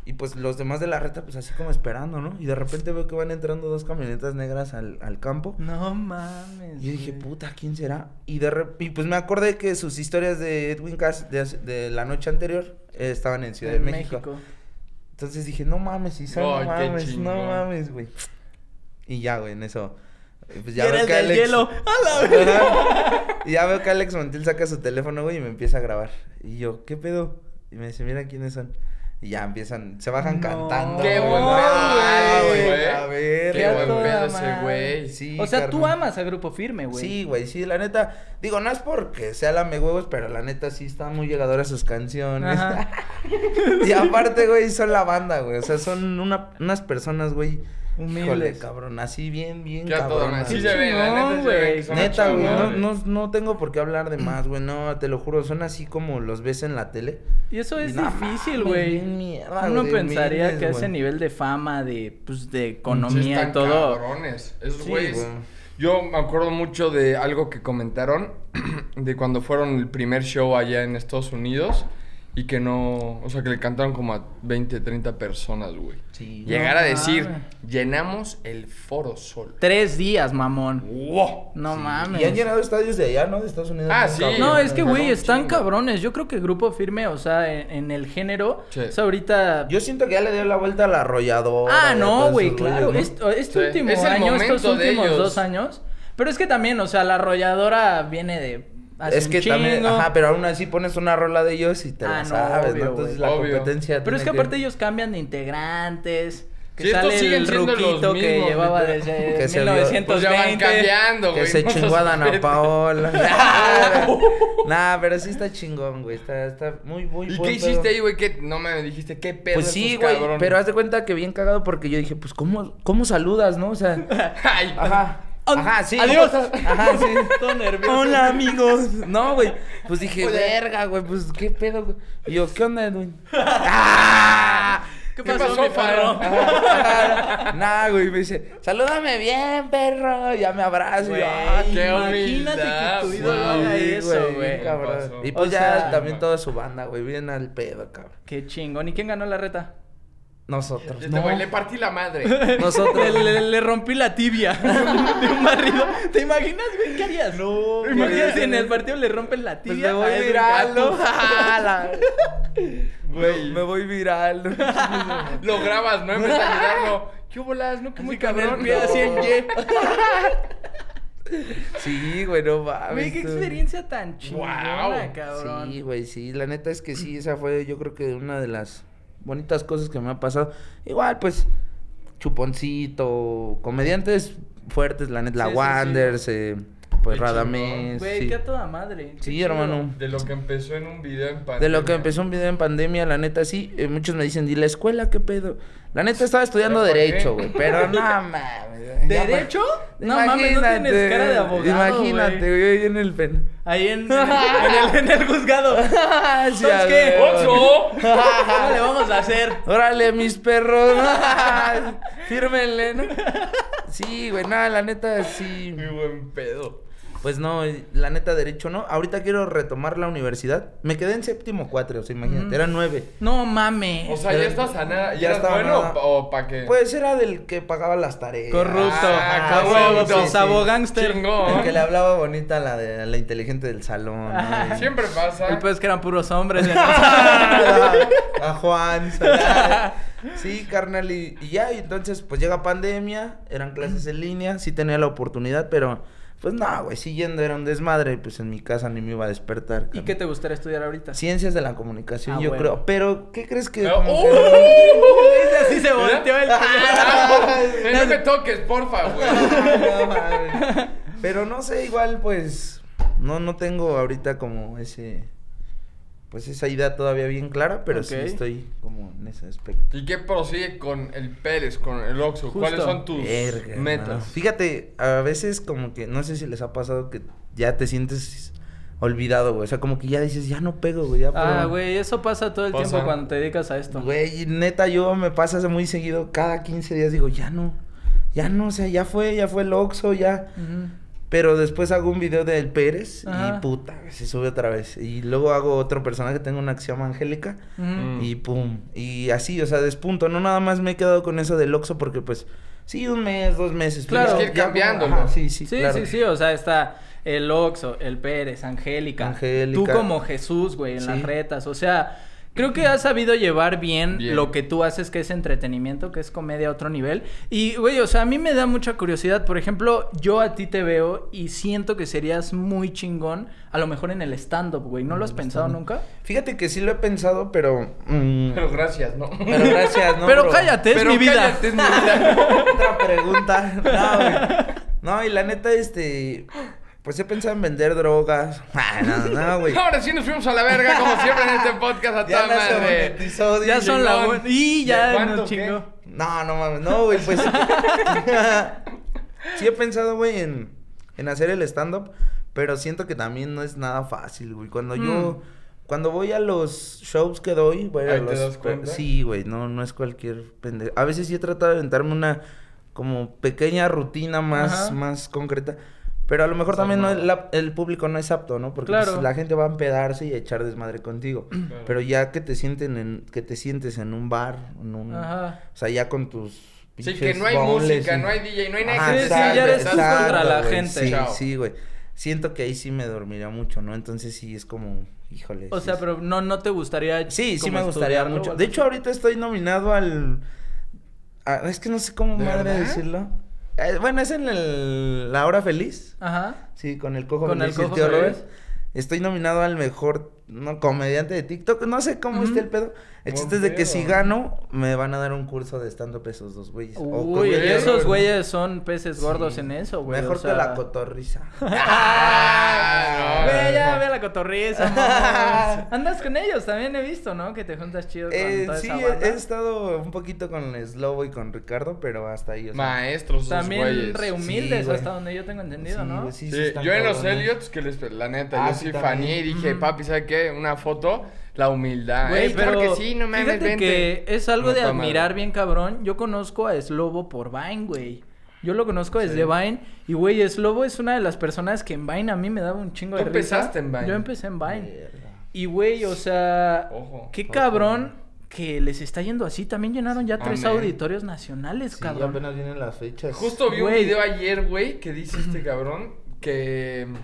[SPEAKER 5] Y pues los demás de la reta, pues así como esperando, ¿no? Y de repente veo que van entrando dos camionetas negras al, al campo.
[SPEAKER 1] No mames.
[SPEAKER 5] Y yo dije,
[SPEAKER 1] güey.
[SPEAKER 5] puta, ¿quién será? Y de rep- y pues me acordé que sus historias de Edwin Cass de, hace- de la noche anterior eh, estaban en Ciudad de
[SPEAKER 1] En
[SPEAKER 5] México. Entonces dije, no mames, Isa,
[SPEAKER 2] Ay,
[SPEAKER 5] no
[SPEAKER 2] qué
[SPEAKER 5] mames, no
[SPEAKER 2] chingón.
[SPEAKER 5] mames, güey. Y ya, güey, en eso. eh, Pues
[SPEAKER 1] Y eres
[SPEAKER 5] veo que
[SPEAKER 1] del
[SPEAKER 5] Alex-
[SPEAKER 1] hielo.
[SPEAKER 5] <laughs>
[SPEAKER 1] A la vez.
[SPEAKER 5] Ajá. Y ya veo que Alex Montiel saca su teléfono, güey, y me empieza a grabar. Y yo, ¿qué pedo? Y me dice, mira quiénes son. Y ya empiezan, se bajan
[SPEAKER 1] No.
[SPEAKER 5] cantando.
[SPEAKER 2] Qué buen
[SPEAKER 5] No,
[SPEAKER 2] pedo,
[SPEAKER 5] güey.
[SPEAKER 2] güey.
[SPEAKER 5] A ver.
[SPEAKER 2] Qué
[SPEAKER 1] a
[SPEAKER 2] buen
[SPEAKER 1] toda
[SPEAKER 2] pedo ese
[SPEAKER 1] madre.
[SPEAKER 2] güey.
[SPEAKER 5] Sí,
[SPEAKER 1] o sea, tú
[SPEAKER 5] carnal.
[SPEAKER 1] amas a Grupo Firme, güey.
[SPEAKER 5] Sí, güey, sí, la neta. Digo, no es porque sea lame huevos, pero la neta sí está muy llegadora a sus canciones.
[SPEAKER 1] Ajá.
[SPEAKER 5] <laughs> y aparte, güey, son la banda, güey. O sea, son una- unas personas, güey.
[SPEAKER 1] Humildes.
[SPEAKER 5] Híjole, cabrón. Así bien, bien
[SPEAKER 2] Ya todo
[SPEAKER 5] cabronas.
[SPEAKER 2] más. Sí
[SPEAKER 5] güey.
[SPEAKER 2] se ve, la neta.
[SPEAKER 1] Chingón,
[SPEAKER 2] se ve
[SPEAKER 1] güey.
[SPEAKER 2] que son
[SPEAKER 5] Neta, güey, no,
[SPEAKER 2] chingones.
[SPEAKER 5] no, no tengo por qué hablar de más, güey, no, te lo juro, son así como los ves en la tele.
[SPEAKER 1] Y eso
[SPEAKER 5] Y
[SPEAKER 1] es
[SPEAKER 5] no
[SPEAKER 1] difícil,
[SPEAKER 5] mames,
[SPEAKER 1] güey.
[SPEAKER 5] bien mierda,
[SPEAKER 1] Uno
[SPEAKER 5] güey,
[SPEAKER 1] pensaría
[SPEAKER 5] miles,
[SPEAKER 1] que a ese
[SPEAKER 5] güey.
[SPEAKER 1] nivel de fama, de, pues, de
[SPEAKER 2] Sí
[SPEAKER 1] economía
[SPEAKER 2] están
[SPEAKER 1] y todo.
[SPEAKER 2] cabrones. Esos
[SPEAKER 5] Sí,
[SPEAKER 2] güeyes.
[SPEAKER 5] güey.
[SPEAKER 2] Yo me acuerdo mucho de algo que comentaron <clears throat> de cuando fueron el primer show allá en Estados Unidos y que no, o sea, que le cantaron como a 20, 30 personas, güey.
[SPEAKER 5] Sí.
[SPEAKER 2] Llegar
[SPEAKER 1] No
[SPEAKER 2] a decir,
[SPEAKER 1] mames.
[SPEAKER 2] llenamos el Foro Sol.
[SPEAKER 1] Tres días, mamón.
[SPEAKER 2] ¡Wow!
[SPEAKER 1] No mames.
[SPEAKER 5] Y han llenado estadios de allá, ¿no? De Estados Unidos.
[SPEAKER 2] Ah,
[SPEAKER 5] ¿no?
[SPEAKER 2] sí.
[SPEAKER 5] Cabrón.
[SPEAKER 1] No, es que,
[SPEAKER 2] Pero
[SPEAKER 1] güey,
[SPEAKER 2] un
[SPEAKER 1] están
[SPEAKER 2] chingo.
[SPEAKER 1] cabrones. Yo creo que Grupo Firme, o sea, en, en el género,
[SPEAKER 2] Sí.
[SPEAKER 1] o sea, ahorita...
[SPEAKER 5] Yo siento que ya le dio la vuelta eh, a la arrolladora.
[SPEAKER 1] Ah,
[SPEAKER 5] y a todos
[SPEAKER 1] no, güey,
[SPEAKER 5] esos
[SPEAKER 1] claro.
[SPEAKER 5] güeyes,
[SPEAKER 1] Esto- este
[SPEAKER 2] Sí.
[SPEAKER 1] último
[SPEAKER 2] Es el
[SPEAKER 1] año, estos
[SPEAKER 2] momento de
[SPEAKER 1] últimos
[SPEAKER 2] ellos.
[SPEAKER 1] dos años. Pero es que también, o sea, la arrolladora viene de.
[SPEAKER 5] ¿no?
[SPEAKER 1] hace
[SPEAKER 5] Es
[SPEAKER 1] un
[SPEAKER 5] que también,
[SPEAKER 1] chingo.
[SPEAKER 5] ajá, pero aún así pones una rola de ellos y te
[SPEAKER 1] Ah,
[SPEAKER 5] la
[SPEAKER 1] no,
[SPEAKER 5] sabes,
[SPEAKER 1] obvio,
[SPEAKER 5] ¿no? Entonces
[SPEAKER 1] güey.
[SPEAKER 5] la
[SPEAKER 2] Obvio.
[SPEAKER 5] competencia
[SPEAKER 1] Pero es que
[SPEAKER 5] tiene
[SPEAKER 1] aparte ellos cambian de integrantes. Que
[SPEAKER 2] Sí, estos
[SPEAKER 1] sale
[SPEAKER 2] siguen
[SPEAKER 1] el
[SPEAKER 2] siendo los
[SPEAKER 1] ruquito que
[SPEAKER 2] mismos,
[SPEAKER 1] llevaba
[SPEAKER 2] literal.
[SPEAKER 1] desde
[SPEAKER 5] Que se vio-
[SPEAKER 2] Pues
[SPEAKER 1] 1920.
[SPEAKER 2] ya van cambiando, güey.
[SPEAKER 5] Que se
[SPEAKER 2] no
[SPEAKER 5] chingó a Dana
[SPEAKER 2] <laughs> sospeches.
[SPEAKER 1] <laughs>
[SPEAKER 5] Paola. <laughs>
[SPEAKER 1] Ah.
[SPEAKER 5] nah, nah, pero sí está chingón, güey. Está, está muy, muy
[SPEAKER 2] ¿Y qué
[SPEAKER 5] buen
[SPEAKER 2] hiciste
[SPEAKER 5] pedo.
[SPEAKER 2] ahí, güey? Que no me dijiste qué pedo.
[SPEAKER 5] Pues sí, güey,
[SPEAKER 2] <laughs>
[SPEAKER 5] pero haz de cuenta que bien cagado porque yo dije, pues, ¿cómo, cómo saludas, no?
[SPEAKER 1] <laughs>
[SPEAKER 5] O sea,
[SPEAKER 2] Ay,
[SPEAKER 5] ajá. Ajá, sí.
[SPEAKER 1] Adiós.
[SPEAKER 5] Ajá, sí.
[SPEAKER 1] <laughs> Todo nervioso.
[SPEAKER 5] Hola, amigos. No, güey. Pues dije, verga, güey, pues, ¿qué pedo? güey? Y yo, ¿qué onda, Edwin? ¡Ah!
[SPEAKER 1] <laughs> ¿Qué
[SPEAKER 2] ¿Qué
[SPEAKER 1] pasó,
[SPEAKER 2] pasó,
[SPEAKER 1] mi perro?
[SPEAKER 5] <laughs>
[SPEAKER 2] Faro? <laughs>
[SPEAKER 5] Nah, güey, me dice, salúdame bien, perro. Ya me abrazo. y yo, ah,
[SPEAKER 1] Güey,
[SPEAKER 2] qué
[SPEAKER 1] Imagínate
[SPEAKER 2] humildad,
[SPEAKER 1] que tu ídolo
[SPEAKER 2] wow.
[SPEAKER 1] haga
[SPEAKER 5] Sí,
[SPEAKER 1] eso,
[SPEAKER 5] bien
[SPEAKER 1] güey.
[SPEAKER 5] cabrón.
[SPEAKER 2] Pasó.
[SPEAKER 5] Y pues
[SPEAKER 1] O
[SPEAKER 5] ya
[SPEAKER 1] sea-
[SPEAKER 5] también toda su banda, güey, bien al pedo, cabrón.
[SPEAKER 1] Qué chingón. ¿Y quién ganó la reta?
[SPEAKER 5] Nosotros,
[SPEAKER 1] <laughs>
[SPEAKER 2] este
[SPEAKER 5] no.
[SPEAKER 2] güey le partí la madre.
[SPEAKER 5] Nosotros.
[SPEAKER 1] Le, le- le rompí la tibia <laughs> de un barrido. ¿Te imaginas, güey? ¿Qué harías? No. Imagínate si en el partido le rompen la
[SPEAKER 5] Pues
[SPEAKER 1] tibia.
[SPEAKER 5] me voy
[SPEAKER 1] a Edwin
[SPEAKER 5] viral,
[SPEAKER 1] Cato. <laughs>
[SPEAKER 5] ¿no? <laughs> Jala. <laughs> Me, me voy viral. ¿no?
[SPEAKER 2] Lo grabas, ¿no? En vez de ayudarlo. ¿Qué bolas? No, que muy
[SPEAKER 1] Muy cabrón,
[SPEAKER 2] cabrón.
[SPEAKER 1] mira, así en
[SPEAKER 5] <laughs>
[SPEAKER 1] Y.
[SPEAKER 5] Sí, güey, no mames.
[SPEAKER 1] Güey, qué
[SPEAKER 5] tú.
[SPEAKER 1] experiencia tan chingona,
[SPEAKER 2] Guau.
[SPEAKER 1] cabrón.
[SPEAKER 5] Sí, güey, sí. La neta es que sí, esa fue yo creo que una de las bonitas cosas que me ha pasado. Igual, pues, Chuponcito, comediantes fuertes, la neta,
[SPEAKER 1] Sí,
[SPEAKER 5] la
[SPEAKER 1] sí, sí.
[SPEAKER 5] Wanders, eh, pues
[SPEAKER 2] Qué chingón.
[SPEAKER 5] Radamés.
[SPEAKER 1] Güey,
[SPEAKER 5] sí.
[SPEAKER 1] qué a toda madre. qué
[SPEAKER 5] Sí,
[SPEAKER 1] chido.
[SPEAKER 5] hermano.
[SPEAKER 2] De lo que empezó en un video en pandemia.
[SPEAKER 5] De lo que empezó un video en pandemia, la neta sí. eh, muchos me dicen, ¿y la escuela qué pedo? La neta estaba estudiando
[SPEAKER 2] ¿Pero por qué?
[SPEAKER 5] Derecho, güey.
[SPEAKER 1] <laughs>
[SPEAKER 5] Pero no mames. ya,
[SPEAKER 1] ¿Derecho?
[SPEAKER 5] pues,
[SPEAKER 1] No mames, no tienes cara de abogado.
[SPEAKER 5] Imagínate,
[SPEAKER 1] güey.
[SPEAKER 5] güey, ahí en el pen.
[SPEAKER 1] Ahí
[SPEAKER 5] <laughs>
[SPEAKER 1] en, en el, en el juzgado.
[SPEAKER 5] Sí, a
[SPEAKER 1] ¿Sabes qué?
[SPEAKER 5] huevo. <laughs>
[SPEAKER 2] ¡Oxo!
[SPEAKER 1] ¿Cómo le vamos a hacer?
[SPEAKER 5] Órale,
[SPEAKER 1] <laughs>
[SPEAKER 5] mis perros. Fírmenle, ¿no? Sí, güey, nada, la neta sí.
[SPEAKER 2] Muy buen pedo.
[SPEAKER 5] Pues no, la neta derecho no. Ahorita quiero retomar la universidad. Me quedé en séptimo cuatro, o sea, imagínate,
[SPEAKER 1] Ujú.
[SPEAKER 5] era nueve.
[SPEAKER 1] No mames.
[SPEAKER 2] O sea, ya estás a nada.
[SPEAKER 5] Ya
[SPEAKER 2] ¿Ya estás
[SPEAKER 5] estaba
[SPEAKER 2] bueno
[SPEAKER 5] nada.
[SPEAKER 2] o para qué?
[SPEAKER 5] Pues era del que pagaba las tareas.
[SPEAKER 1] Corrupto.
[SPEAKER 2] Ah,
[SPEAKER 1] a huevo,
[SPEAKER 2] corrupto,
[SPEAKER 1] pues,
[SPEAKER 2] sí.
[SPEAKER 1] abogángster.
[SPEAKER 2] Chingón.
[SPEAKER 5] El que le hablaba bonita a la, de, a la inteligente del salón.
[SPEAKER 1] <laughs>
[SPEAKER 5] ¿no? Y- pues,
[SPEAKER 2] Siempre pasa.
[SPEAKER 1] El peor es pues que eran puros
[SPEAKER 5] <laughs>
[SPEAKER 1] hombres. ¿no?
[SPEAKER 5] a Juan. Salar. Sí, carnal, y, y ya, y entonces pues llega pandemia, eran clases en línea, sí tenía la oportunidad, pero pues no, güey, siguiendo era un desmadre, pues en mi casa ni me iba a despertar.
[SPEAKER 1] ¿Y
[SPEAKER 5] carnal.
[SPEAKER 1] qué te gustaría estudiar ahorita? <laughs>
[SPEAKER 5] Ciencias de la comunicación,
[SPEAKER 1] Ah,
[SPEAKER 5] yo
[SPEAKER 1] bueno.
[SPEAKER 5] creo. Pero, ¿qué crees que...?
[SPEAKER 2] Ah,
[SPEAKER 5] como
[SPEAKER 2] ¡uh!
[SPEAKER 5] que-
[SPEAKER 1] Así se volteó
[SPEAKER 5] <laughs>
[SPEAKER 1] el
[SPEAKER 2] Eh, No me toques,
[SPEAKER 1] ¡uh!
[SPEAKER 2] porfa, güey.
[SPEAKER 5] No, mames. Pero no <laughs> sé, igual pues no no tengo ahorita como ese pues esa idea todavía bien clara, pero
[SPEAKER 1] Ok.
[SPEAKER 5] sí estoy como en ese aspecto.
[SPEAKER 2] ¿Y qué prosigue con el Pérez, con el Oxxo?
[SPEAKER 1] Justo.
[SPEAKER 2] ¿Cuáles son tus
[SPEAKER 5] Verga, hermano.
[SPEAKER 2] metas?
[SPEAKER 5] Fíjate, a veces como que no sé si les ha pasado que ya te sientes olvidado, güey. O sea, como que ya dices, ya no pego, güey, ya
[SPEAKER 1] Ah,
[SPEAKER 5] pego".
[SPEAKER 1] güey, eso pasa todo el
[SPEAKER 2] Pasa.
[SPEAKER 1] tiempo cuando te dedicas a esto.
[SPEAKER 5] Güey, neta, yo me pasa muy seguido, cada 15 días digo, ya no, ya no, o sea, ya fue, ya fue el Oxxo, ya,
[SPEAKER 1] Ujú.
[SPEAKER 5] Pero después hago un video del Pérez
[SPEAKER 1] Ajá.
[SPEAKER 5] y puta, se sube otra vez. Y luego hago otro personaje, tengo una que se llama Angélica
[SPEAKER 1] Ujú.
[SPEAKER 2] Mm.
[SPEAKER 5] y pum. Y así, o sea, despunto. No nada más me he quedado con eso del Oxxo porque pues sí, un mes, dos meses. pero
[SPEAKER 1] Claro.
[SPEAKER 5] ya-
[SPEAKER 2] Tienes que ir
[SPEAKER 5] ya
[SPEAKER 2] cambiándolo.
[SPEAKER 5] como- ajá, sí,
[SPEAKER 1] Sí,
[SPEAKER 5] sí,
[SPEAKER 1] sí,
[SPEAKER 5] claro.
[SPEAKER 1] sí, o sea, está el Oxo, el Pérez, Angélica.
[SPEAKER 5] Angélica.
[SPEAKER 1] Tú como Jesús, güey, en
[SPEAKER 5] Sí.
[SPEAKER 1] las retas. O sea, creo que has sabido llevar bien,
[SPEAKER 2] Bien.
[SPEAKER 1] lo que tú haces, que es entretenimiento, que es comedia a otro nivel. Y, güey, o sea, a mí me da mucha curiosidad. Por ejemplo, yo a ti te veo y siento que serías muy chingón, a lo mejor en el stand-up, güey. ¿No lo has pensado nunca?
[SPEAKER 5] Fíjate que sí lo he pensado, pero... mm,
[SPEAKER 2] Pero gracias, ¿no?
[SPEAKER 5] pero gracias, ¿no?
[SPEAKER 1] Pero
[SPEAKER 5] bro?
[SPEAKER 1] cállate, es
[SPEAKER 2] Pero
[SPEAKER 1] mi vida.
[SPEAKER 2] cállate, es mi vida.
[SPEAKER 5] Otra pregunta. No, güey. No, y la neta, este... Pues he pensado en vender drogas. Ah, no,
[SPEAKER 2] <laughs>
[SPEAKER 5] no, güey.
[SPEAKER 2] Ahora sí nos fuimos a la verga, como siempre en este podcast, a
[SPEAKER 5] Ya
[SPEAKER 2] toda
[SPEAKER 5] no se
[SPEAKER 2] madre.
[SPEAKER 5] monetizó,
[SPEAKER 1] <laughs> Ya
[SPEAKER 5] dije,
[SPEAKER 1] son la
[SPEAKER 2] chingón.
[SPEAKER 1] buena. Y
[SPEAKER 2] ¿De
[SPEAKER 1] ya
[SPEAKER 2] cuánto,
[SPEAKER 1] nos
[SPEAKER 2] qué?
[SPEAKER 1] chingó.
[SPEAKER 5] No, no mames, no, güey, pues. <laughs> sí he pensado, güey, en, en hacer el stand-up, pero siento que también no es nada fácil, güey. Cuando yo. Cuando voy a los shows que doy, güey, a
[SPEAKER 2] Mm. Ahí te
[SPEAKER 5] los-
[SPEAKER 2] das cuenta.
[SPEAKER 5] Sí, güey, no, no es cualquier pendejo. A veces sí he tratado de inventarme una como pequeña rutina más,
[SPEAKER 1] Ajá.
[SPEAKER 5] más concreta. Pero a lo mejor también no, es la- el público no es apto, ¿no? Porque
[SPEAKER 1] Claro.
[SPEAKER 5] pues, la gente va a empedarse y a echar desmadre contigo. Pero ya que te sienten en, que te sientes en un bar, en un,
[SPEAKER 1] Ajá.
[SPEAKER 5] o sea, ya con tus.
[SPEAKER 2] Sí, que
[SPEAKER 5] pinches Ah,
[SPEAKER 2] no hay
[SPEAKER 5] bowls
[SPEAKER 2] música,
[SPEAKER 5] y-
[SPEAKER 2] no hay DJ, no hay
[SPEAKER 5] Ajá,
[SPEAKER 2] nada
[SPEAKER 1] Sí, sí,
[SPEAKER 2] que te
[SPEAKER 1] ya
[SPEAKER 2] salve,
[SPEAKER 1] eres tú
[SPEAKER 2] ¿sabes?
[SPEAKER 5] exacto,
[SPEAKER 1] contra la
[SPEAKER 5] güey,
[SPEAKER 1] gente.
[SPEAKER 5] Sí,
[SPEAKER 2] Chao.
[SPEAKER 5] sí, güey. Siento que ahí sí me dormiría mucho, ¿no? Entonces sí es como, híjole.
[SPEAKER 1] O
[SPEAKER 5] sí
[SPEAKER 1] sea,
[SPEAKER 5] es-
[SPEAKER 1] pero no, no te gustaría.
[SPEAKER 5] Sí, sí
[SPEAKER 1] como
[SPEAKER 5] me gustaría
[SPEAKER 1] estudiarlo o
[SPEAKER 5] mucho.
[SPEAKER 1] algo
[SPEAKER 5] De hecho, ahorita estoy nominado al. a- es que no sé cómo
[SPEAKER 2] ¿De
[SPEAKER 5] madre
[SPEAKER 2] verdad?
[SPEAKER 5] decirlo. Eh, bueno, es en el- la hora feliz.
[SPEAKER 1] Ajá.
[SPEAKER 5] Sí, con el cojo
[SPEAKER 1] Con
[SPEAKER 5] Feliz
[SPEAKER 1] el
[SPEAKER 5] y
[SPEAKER 1] Cojo
[SPEAKER 5] tío
[SPEAKER 1] Feliz.
[SPEAKER 5] Robert. Estoy nominado al mejor no, comediante de TikTok. No sé cómo
[SPEAKER 1] Ujú.
[SPEAKER 5] esté el pedo. El
[SPEAKER 2] Buen
[SPEAKER 5] chiste es de que
[SPEAKER 2] pedo.
[SPEAKER 5] si gano, me van a dar un curso de stand-up esos dos güeyes. O con-
[SPEAKER 1] Uy,
[SPEAKER 2] güey,
[SPEAKER 1] esos
[SPEAKER 2] güey.
[SPEAKER 1] güeyes son peces gordos
[SPEAKER 5] Sí.
[SPEAKER 1] en eso, güey.
[SPEAKER 5] Mejor
[SPEAKER 1] o
[SPEAKER 5] que
[SPEAKER 1] sea. <laughs>
[SPEAKER 5] la cotorriza.
[SPEAKER 2] Ah, no.
[SPEAKER 1] Güey, ya ve a la cotorriza.
[SPEAKER 5] <laughs>
[SPEAKER 1] mamón. Andas con ellos, también he visto, ¿no? Que te juntas chido con
[SPEAKER 5] Eh,
[SPEAKER 1] toda
[SPEAKER 5] sí,
[SPEAKER 1] esa
[SPEAKER 5] he,
[SPEAKER 1] banda.
[SPEAKER 5] he estado un poquito con Slobo y con Ricardo, pero hasta ahí. o sea,
[SPEAKER 2] Maestros, esos
[SPEAKER 1] También
[SPEAKER 2] güeyes.
[SPEAKER 1] re humildes,
[SPEAKER 5] Sí, güey.
[SPEAKER 1] hasta donde yo tengo entendido,
[SPEAKER 5] sí,
[SPEAKER 1] ¿no?
[SPEAKER 5] güey, sí, sí
[SPEAKER 2] Sí,
[SPEAKER 5] están
[SPEAKER 2] yo en los
[SPEAKER 5] cabrones.
[SPEAKER 2] Elliots, que les, la neta,
[SPEAKER 5] Ah,
[SPEAKER 2] yo
[SPEAKER 5] sí,
[SPEAKER 2] sí
[SPEAKER 5] también.
[SPEAKER 2] faneé y dije,
[SPEAKER 1] Ujú.
[SPEAKER 2] papi, ¿sabes qué? Una foto, la humildad.
[SPEAKER 1] Güey,
[SPEAKER 2] Ey,
[SPEAKER 1] Eh, pero
[SPEAKER 2] claro que sí, no mames,
[SPEAKER 1] fíjate que
[SPEAKER 2] vente.
[SPEAKER 1] es algo
[SPEAKER 2] No,
[SPEAKER 1] de
[SPEAKER 2] toda madre.
[SPEAKER 1] admirar bien cabrón. Yo conozco a Slobo por Vine, güey. Yo lo conozco desde Vine y güey, Slobo es una de las personas que en Vine a mí me daba un chingo
[SPEAKER 2] Tú
[SPEAKER 1] de risa.
[SPEAKER 2] empezaste en Vine.
[SPEAKER 1] Yo empecé en Vine.
[SPEAKER 5] Mierda.
[SPEAKER 1] Y güey, o sea,
[SPEAKER 2] Ojo,
[SPEAKER 1] qué
[SPEAKER 5] ojo.
[SPEAKER 1] cabrón que les está yendo así. También llenaron ya tres
[SPEAKER 2] Amén.
[SPEAKER 1] auditorios nacionales,
[SPEAKER 5] Sí,
[SPEAKER 1] cabrón.
[SPEAKER 5] apenas vienen las fechas.
[SPEAKER 2] Justo vi un
[SPEAKER 1] Güey.
[SPEAKER 2] video ayer, güey, que dice este cabrón que mm,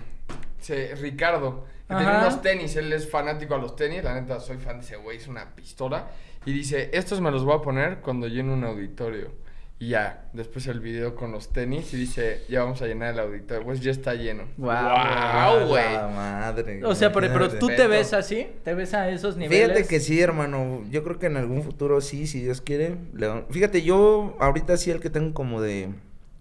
[SPEAKER 2] se, Ricardo, que
[SPEAKER 1] Ajá.
[SPEAKER 2] tiene unos tenis, él es fanático a los tenis, la neta soy fan de ese güey, es una pistola. Y dice, estos me los voy a poner cuando llene un auditorio. Y ya, después el video con los tenis y dice, ya vamos a llenar el auditorio. Pues ya está lleno.
[SPEAKER 1] Guau.
[SPEAKER 5] Ah,
[SPEAKER 2] Guau, güey.
[SPEAKER 5] la madre.
[SPEAKER 1] O sea, pero, pero
[SPEAKER 5] <laughs> imagínate.
[SPEAKER 1] tú te
[SPEAKER 2] Respeto.
[SPEAKER 1] ves así, te ves a esos niveles.
[SPEAKER 5] Fíjate que sí, hermano. Yo creo que en algún futuro sí, si Dios quiere. le- Fíjate, yo ahorita sí el que tengo como de...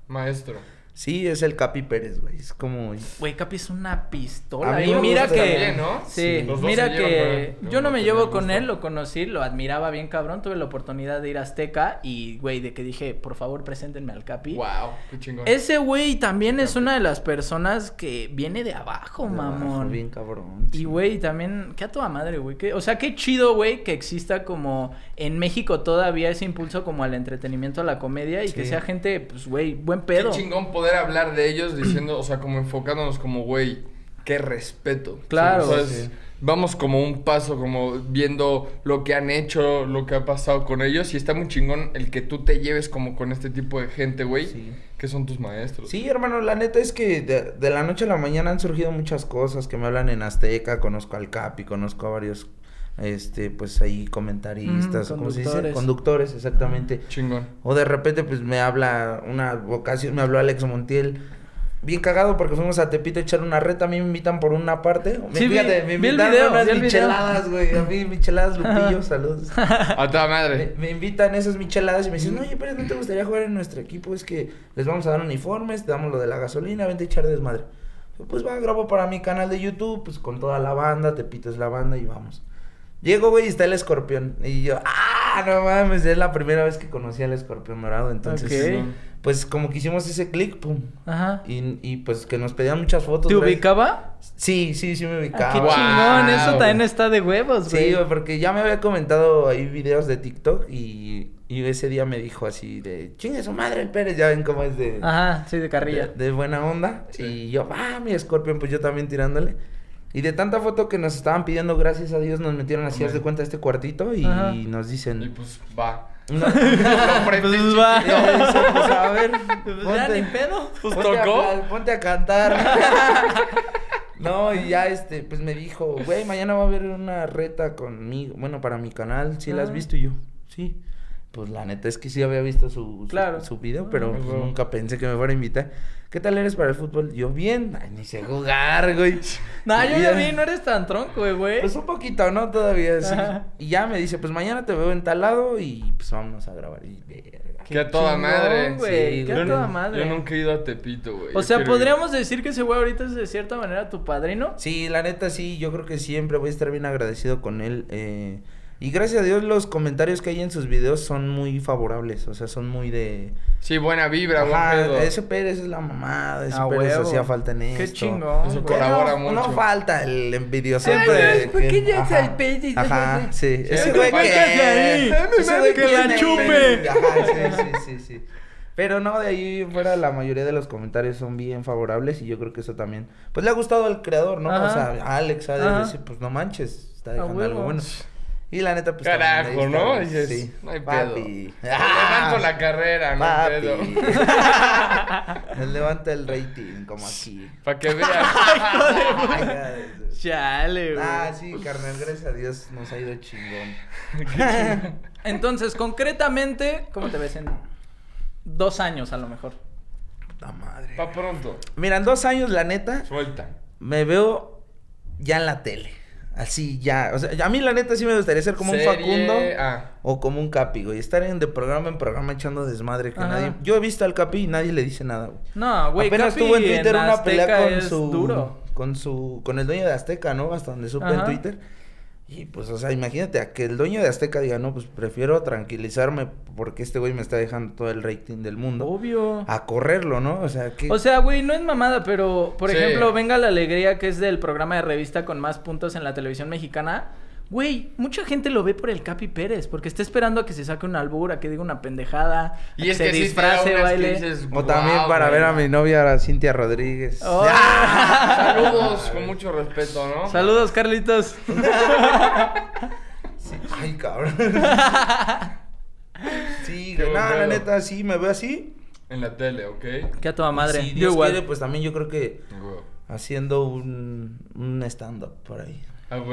[SPEAKER 2] Maestro.
[SPEAKER 5] Sí, es el Capi Pérez, güey. Es como.
[SPEAKER 1] Güey, Capi es una pistola.
[SPEAKER 5] A mí
[SPEAKER 1] Y
[SPEAKER 5] me
[SPEAKER 1] mira
[SPEAKER 5] gusta
[SPEAKER 1] que.
[SPEAKER 2] también, ¿no?
[SPEAKER 1] Sí,
[SPEAKER 2] Sí. Los dos
[SPEAKER 1] mira
[SPEAKER 2] se llevan,
[SPEAKER 1] que.
[SPEAKER 2] ¿no?
[SPEAKER 1] Yo no
[SPEAKER 2] No
[SPEAKER 1] me
[SPEAKER 2] te
[SPEAKER 1] llevo
[SPEAKER 2] les
[SPEAKER 1] con
[SPEAKER 2] gusta.
[SPEAKER 1] él, lo conocí, lo admiraba bien, cabrón. Tuve la oportunidad de ir a Azteca y, güey, de que dije, por favor, preséntenme al Capi.
[SPEAKER 2] Wow, qué chingón.
[SPEAKER 1] Ese güey también es una de las personas que viene de abajo, mamón.
[SPEAKER 5] Bien cabrón.
[SPEAKER 1] Y, güey, también, qué a toda madre, güey. qué- O sea, qué chido, güey, que exista como en México todavía ese impulso como al entretenimiento, a la comedia y que
[SPEAKER 5] Sí.
[SPEAKER 1] sea gente, pues, güey, buen
[SPEAKER 2] Qué
[SPEAKER 1] pedo.
[SPEAKER 2] chingón poder hablar de ellos diciendo, o sea, como enfocándonos como, güey, qué respeto.
[SPEAKER 1] Claro.
[SPEAKER 2] O sea,
[SPEAKER 5] Sí.
[SPEAKER 2] Vamos como un paso, como viendo lo que han hecho, lo que ha pasado con ellos. Y está muy chingón el que tú te lleves como con este tipo de gente, güey.
[SPEAKER 5] Sí.
[SPEAKER 2] Que son tus maestros.
[SPEAKER 5] Sí, hermano, la neta es que de, de la noche a la mañana han surgido muchas cosas que me hablan en Azteca, conozco al Capi, conozco a varios, este, pues ahí comentaristas,
[SPEAKER 1] Mm,
[SPEAKER 5] ¿cómo se dice?
[SPEAKER 1] conductores.
[SPEAKER 5] Conductores, exactamente.
[SPEAKER 2] Chingón.
[SPEAKER 5] O de repente, pues me habla una vocación, me habló Alex Montiel. Bien cagado porque fuimos a Tepito a echar una reta, a mí me invitan por una parte. Me-
[SPEAKER 1] Sí, vi-
[SPEAKER 5] fíjate,
[SPEAKER 1] vi
[SPEAKER 5] me
[SPEAKER 1] el
[SPEAKER 5] invitaron
[SPEAKER 1] video, vi
[SPEAKER 5] unas
[SPEAKER 1] el video.
[SPEAKER 5] micheladas, güey. A mí
[SPEAKER 1] <laughs>
[SPEAKER 5] micheladas Lupillo, saludos.
[SPEAKER 2] A toda
[SPEAKER 5] Me,
[SPEAKER 2] madre.
[SPEAKER 5] me invitan esas micheladas y me dicen, oye, pero ¿no te gustaría jugar en nuestro equipo? Es que les vamos a dar uniformes, te damos lo de la gasolina, vente a echar desmadre. Yo, Pues va, grabo para mi canal de YouTube, pues con toda la banda, te pites la banda y vamos. Llego, güey, y está el escorpión. Y yo, ah, no mames, es la primera vez que conocí al escorpión morado. Entonces,
[SPEAKER 1] Ok.
[SPEAKER 5] pues como que hicimos ese click, pum.
[SPEAKER 1] Ajá.
[SPEAKER 5] Y, y, pues que nos pedían muchas fotos.
[SPEAKER 1] ¿Te
[SPEAKER 5] gracias-
[SPEAKER 1] ubicaba?
[SPEAKER 5] Sí, sí, sí me
[SPEAKER 1] Ah,
[SPEAKER 5] ubicaba.
[SPEAKER 1] qué
[SPEAKER 2] Wow.
[SPEAKER 1] chingón, eso también está de huevos, güey.
[SPEAKER 5] Sí, güey, porque ya me había comentado ahí videos de TikTok y, y ese día me dijo así de, chingue su madre el Pérez, ya ven cómo es de,
[SPEAKER 1] Ajá, sí, de carrilla.
[SPEAKER 5] de, de buena onda.
[SPEAKER 2] Sí.
[SPEAKER 5] Y yo, ah, mi Scorpion, pues yo también tirándole. Y de tanta foto que nos estaban pidiendo, gracias a Dios, nos metieron así, haz de cuenta, a este cuartito y
[SPEAKER 1] Ajá.
[SPEAKER 5] nos dicen...
[SPEAKER 2] Y pues va.
[SPEAKER 1] <laughs>
[SPEAKER 5] <laughs> No,
[SPEAKER 1] Pues va.
[SPEAKER 5] Y me dicen, pues a ver,
[SPEAKER 1] <laughs> Pues ya
[SPEAKER 5] ponte-
[SPEAKER 1] ni pedo.
[SPEAKER 2] Pues
[SPEAKER 5] Ponte a
[SPEAKER 2] tocó.
[SPEAKER 5] ca- ponte a cantar. <laughs> no, y ya este, pues me dijo, güey, mañana va a haber una reta conmigo, bueno, para mi canal, si la has
[SPEAKER 1] Ah.
[SPEAKER 5] visto y yo. Sí. Pues la neta es que sí había visto su, su-
[SPEAKER 1] Claro.
[SPEAKER 5] su video,
[SPEAKER 1] Ah,
[SPEAKER 5] pero
[SPEAKER 2] pues,
[SPEAKER 5] pues,
[SPEAKER 2] bueno.
[SPEAKER 5] nunca pensé que me fuera a invitar. ¿Qué tal eres para el fútbol? Yo bien, Ay, ni sé jugar, güey.
[SPEAKER 1] <laughs> No, yo
[SPEAKER 5] Y
[SPEAKER 1] ya vi, no eres tan tronco, eh, güey.
[SPEAKER 5] Pues un poquito, ¿no? Todavía sí.
[SPEAKER 1] Ajá.
[SPEAKER 5] Y ya me dice, pues mañana te veo entalado y pues vámonos a grabar. Y verga.
[SPEAKER 2] que a toda madre.
[SPEAKER 1] güey, que
[SPEAKER 5] Sí, yo
[SPEAKER 1] a
[SPEAKER 5] nu-
[SPEAKER 1] toda madre.
[SPEAKER 2] Yo nunca he ido a Tepito, güey.
[SPEAKER 1] O
[SPEAKER 2] Yo
[SPEAKER 1] sea,
[SPEAKER 2] quiero ir.
[SPEAKER 1] podríamos decir que ese güey ahorita es de cierta manera tu padrino.
[SPEAKER 5] Sí, la neta sí, yo creo que siempre voy a estar bien agradecido con él. eh, y gracias a Dios los comentarios que hay en sus videos son muy favorables, o sea, son muy de...
[SPEAKER 2] Sí, buena vibra,
[SPEAKER 5] "Ajá,
[SPEAKER 2] buen pedo.
[SPEAKER 5] ese Pérez es la mamada, ese
[SPEAKER 1] A
[SPEAKER 5] Pérez
[SPEAKER 1] huevo.
[SPEAKER 5] hacía falta en esto.
[SPEAKER 1] Qué chingón.
[SPEAKER 2] Eso
[SPEAKER 1] güey.
[SPEAKER 5] Que
[SPEAKER 2] Colabora
[SPEAKER 5] no,
[SPEAKER 2] mucho.
[SPEAKER 5] no falta el envidioso.
[SPEAKER 1] Ay,
[SPEAKER 5] siempre.
[SPEAKER 1] no, es porque ya
[SPEAKER 5] Ajá,
[SPEAKER 1] es el Pérez,
[SPEAKER 5] Ajá,
[SPEAKER 1] güey.
[SPEAKER 5] sí. Ese
[SPEAKER 2] Sí,
[SPEAKER 5] güey
[SPEAKER 2] no
[SPEAKER 5] que...
[SPEAKER 2] falta el de
[SPEAKER 5] <laughs>
[SPEAKER 2] ahí.
[SPEAKER 1] Ay, mi
[SPEAKER 5] ese
[SPEAKER 1] madre,
[SPEAKER 5] güey
[SPEAKER 1] que la
[SPEAKER 5] es-
[SPEAKER 1] chupe.
[SPEAKER 5] <laughs> Ajá, sí, sí, sí, sí. Pero no, de ahí fuera la mayoría de los comentarios son bien favorables y yo creo que eso también, pues le ha gustado al creador, ¿no?
[SPEAKER 1] Ajá.
[SPEAKER 5] O sea, a Alex ha
[SPEAKER 1] Ajá.
[SPEAKER 5] de decir, pues no manches, está dejando algo
[SPEAKER 1] Ah, huevo.
[SPEAKER 5] bueno. Y la neta, pues también
[SPEAKER 2] Carajo,
[SPEAKER 5] ahí está,
[SPEAKER 2] ¿no?
[SPEAKER 5] güey.
[SPEAKER 2] Dices,
[SPEAKER 5] sí.
[SPEAKER 2] no hay
[SPEAKER 5] Papi.
[SPEAKER 2] pedo. <laughs>
[SPEAKER 1] Ah.
[SPEAKER 2] Levanto
[SPEAKER 5] <laughs>
[SPEAKER 2] la carrera, no hay pedo.
[SPEAKER 5] Papi. <laughs> Les levanta el rating, como
[SPEAKER 2] <laughs>
[SPEAKER 5] aquí.
[SPEAKER 2] Para que
[SPEAKER 5] <laughs>
[SPEAKER 2] veas.
[SPEAKER 1] Chale, güey.
[SPEAKER 5] ah, sí, carnal, gracias a Dios nos ha ido chingón.
[SPEAKER 1] Entonces, concretamente, ¿cómo te ves en dos años a lo mejor?
[SPEAKER 5] Puta madre.
[SPEAKER 2] Pa' pronto.
[SPEAKER 5] Mira, en dos años, la neta,
[SPEAKER 2] Suelta.
[SPEAKER 5] me veo ya en la tele. Así ya, o sea, a mí la neta sí me gustaría ser como
[SPEAKER 2] Serie ah.
[SPEAKER 5] un Facundo
[SPEAKER 2] A.
[SPEAKER 5] o como un Capi, güey. Estar en de programa en programa echando desmadre que
[SPEAKER 1] Ajá.
[SPEAKER 5] nadie. Yo he visto al Capi y nadie le dice nada, güey.
[SPEAKER 1] No, güey.
[SPEAKER 5] Apenas
[SPEAKER 1] Capi
[SPEAKER 5] tuvo en Twitter una
[SPEAKER 1] Azteca
[SPEAKER 5] pelea con
[SPEAKER 1] es
[SPEAKER 5] su
[SPEAKER 1] Duro.
[SPEAKER 5] con su con el dueño de Azteca, ¿no? Hasta donde supe
[SPEAKER 1] Ajá.
[SPEAKER 5] en Twitter. Y pues o sea, imagínate a que el dueño de Azteca diga, "No, pues prefiero tranquilizarme porque este güey me está dejando todo el rating del mundo."
[SPEAKER 1] Obvio.
[SPEAKER 5] A correrlo, ¿no? O sea, que
[SPEAKER 1] O sea, güey, no es mamada, pero por
[SPEAKER 2] Sí.
[SPEAKER 1] ejemplo, Venga la Alegría, que es del programa de revista con más puntos en la televisión mexicana. Güey, mucha gente lo ve por el Capi Pérez, porque está esperando a que se saque un albur, a que diga una pendejada, a
[SPEAKER 2] Y
[SPEAKER 1] que
[SPEAKER 2] es
[SPEAKER 1] se
[SPEAKER 2] que sí te da
[SPEAKER 1] disfrace,
[SPEAKER 2] unas que
[SPEAKER 1] baile.
[SPEAKER 2] dices,
[SPEAKER 5] o también
[SPEAKER 2] "Guau,
[SPEAKER 5] para
[SPEAKER 2] güey".
[SPEAKER 5] ver a mi novia Cintia Rodríguez. ¡Ah!
[SPEAKER 1] Oh.
[SPEAKER 2] <laughs> Saludos, con mucho respeto, ¿no?
[SPEAKER 1] <laughs> Saludos, Carlitos.
[SPEAKER 5] Sí, Ay,
[SPEAKER 1] <laughs>
[SPEAKER 5] cabrón. sí,
[SPEAKER 2] Qué
[SPEAKER 5] güey. No,
[SPEAKER 2] buen
[SPEAKER 5] la
[SPEAKER 2] pedo.
[SPEAKER 5] neta, sí, me veo así.
[SPEAKER 2] En la tele, ¿ok?
[SPEAKER 1] que a toda madre.
[SPEAKER 5] Si
[SPEAKER 1] Yo
[SPEAKER 5] Dios
[SPEAKER 1] igual.
[SPEAKER 5] quiere, pues también yo creo que
[SPEAKER 2] Huevo.
[SPEAKER 5] haciendo un, un stand-up por ahí.
[SPEAKER 2] A huevo,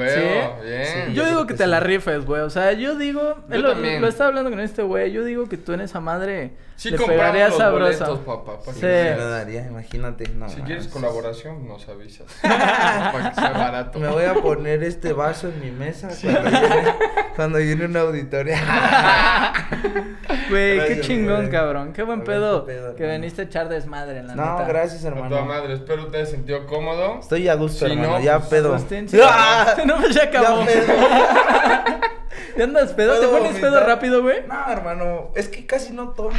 [SPEAKER 2] bien.
[SPEAKER 5] Sí,
[SPEAKER 1] Yo digo
[SPEAKER 5] creo
[SPEAKER 1] que
[SPEAKER 5] que
[SPEAKER 1] te la
[SPEAKER 5] sí.
[SPEAKER 1] rifes, güey. O sea, yo digo.
[SPEAKER 2] Yo
[SPEAKER 1] él lo,
[SPEAKER 2] también.
[SPEAKER 1] lo estaba hablando con este güey. Yo digo que tú en esa madre.
[SPEAKER 2] Sí,
[SPEAKER 1] le
[SPEAKER 2] compramos
[SPEAKER 1] pegarías
[SPEAKER 2] los
[SPEAKER 1] sabrosa.
[SPEAKER 2] boletos, papá. pa' que
[SPEAKER 1] Sí.
[SPEAKER 2] veas.
[SPEAKER 5] No daría, imagínate. No,
[SPEAKER 2] Si quieres
[SPEAKER 5] mames.
[SPEAKER 2] colaboración, nos avisas.
[SPEAKER 5] <laughs>
[SPEAKER 2] Para que sea barato.
[SPEAKER 5] Me voy a poner este vaso en mi mesa
[SPEAKER 2] <laughs>
[SPEAKER 5] cuando, viene, cuando viene una auditoría.
[SPEAKER 1] Güey, qué
[SPEAKER 5] Gracias,
[SPEAKER 1] chingón,
[SPEAKER 5] güey.
[SPEAKER 1] cabrón. Qué buen
[SPEAKER 5] A ver,
[SPEAKER 1] pedo,
[SPEAKER 5] qué pedo,
[SPEAKER 1] que
[SPEAKER 5] hermano.
[SPEAKER 1] veniste a echar desmadre, la
[SPEAKER 5] <laughs> no,
[SPEAKER 1] neta.
[SPEAKER 5] gracias,
[SPEAKER 2] A tu
[SPEAKER 5] hermano.
[SPEAKER 2] madre, espero te hayas sentido cómodo.
[SPEAKER 5] Estoy a gusto,
[SPEAKER 2] Si
[SPEAKER 5] hermano.
[SPEAKER 2] no,
[SPEAKER 5] ya
[SPEAKER 2] pues,
[SPEAKER 5] pedo. <laughs>
[SPEAKER 1] Agustín, sí,
[SPEAKER 5] ¡Ah!
[SPEAKER 1] <laughs> No, pues ya acabó. <laughs>
[SPEAKER 5] Ya pedo.
[SPEAKER 1] ¿Te andas pedo? ¿Te
[SPEAKER 5] ¿Puedo
[SPEAKER 1] pones
[SPEAKER 5] vomitar?
[SPEAKER 1] pedo rápido, güey?
[SPEAKER 5] No, hermano. Es que casi no tomo.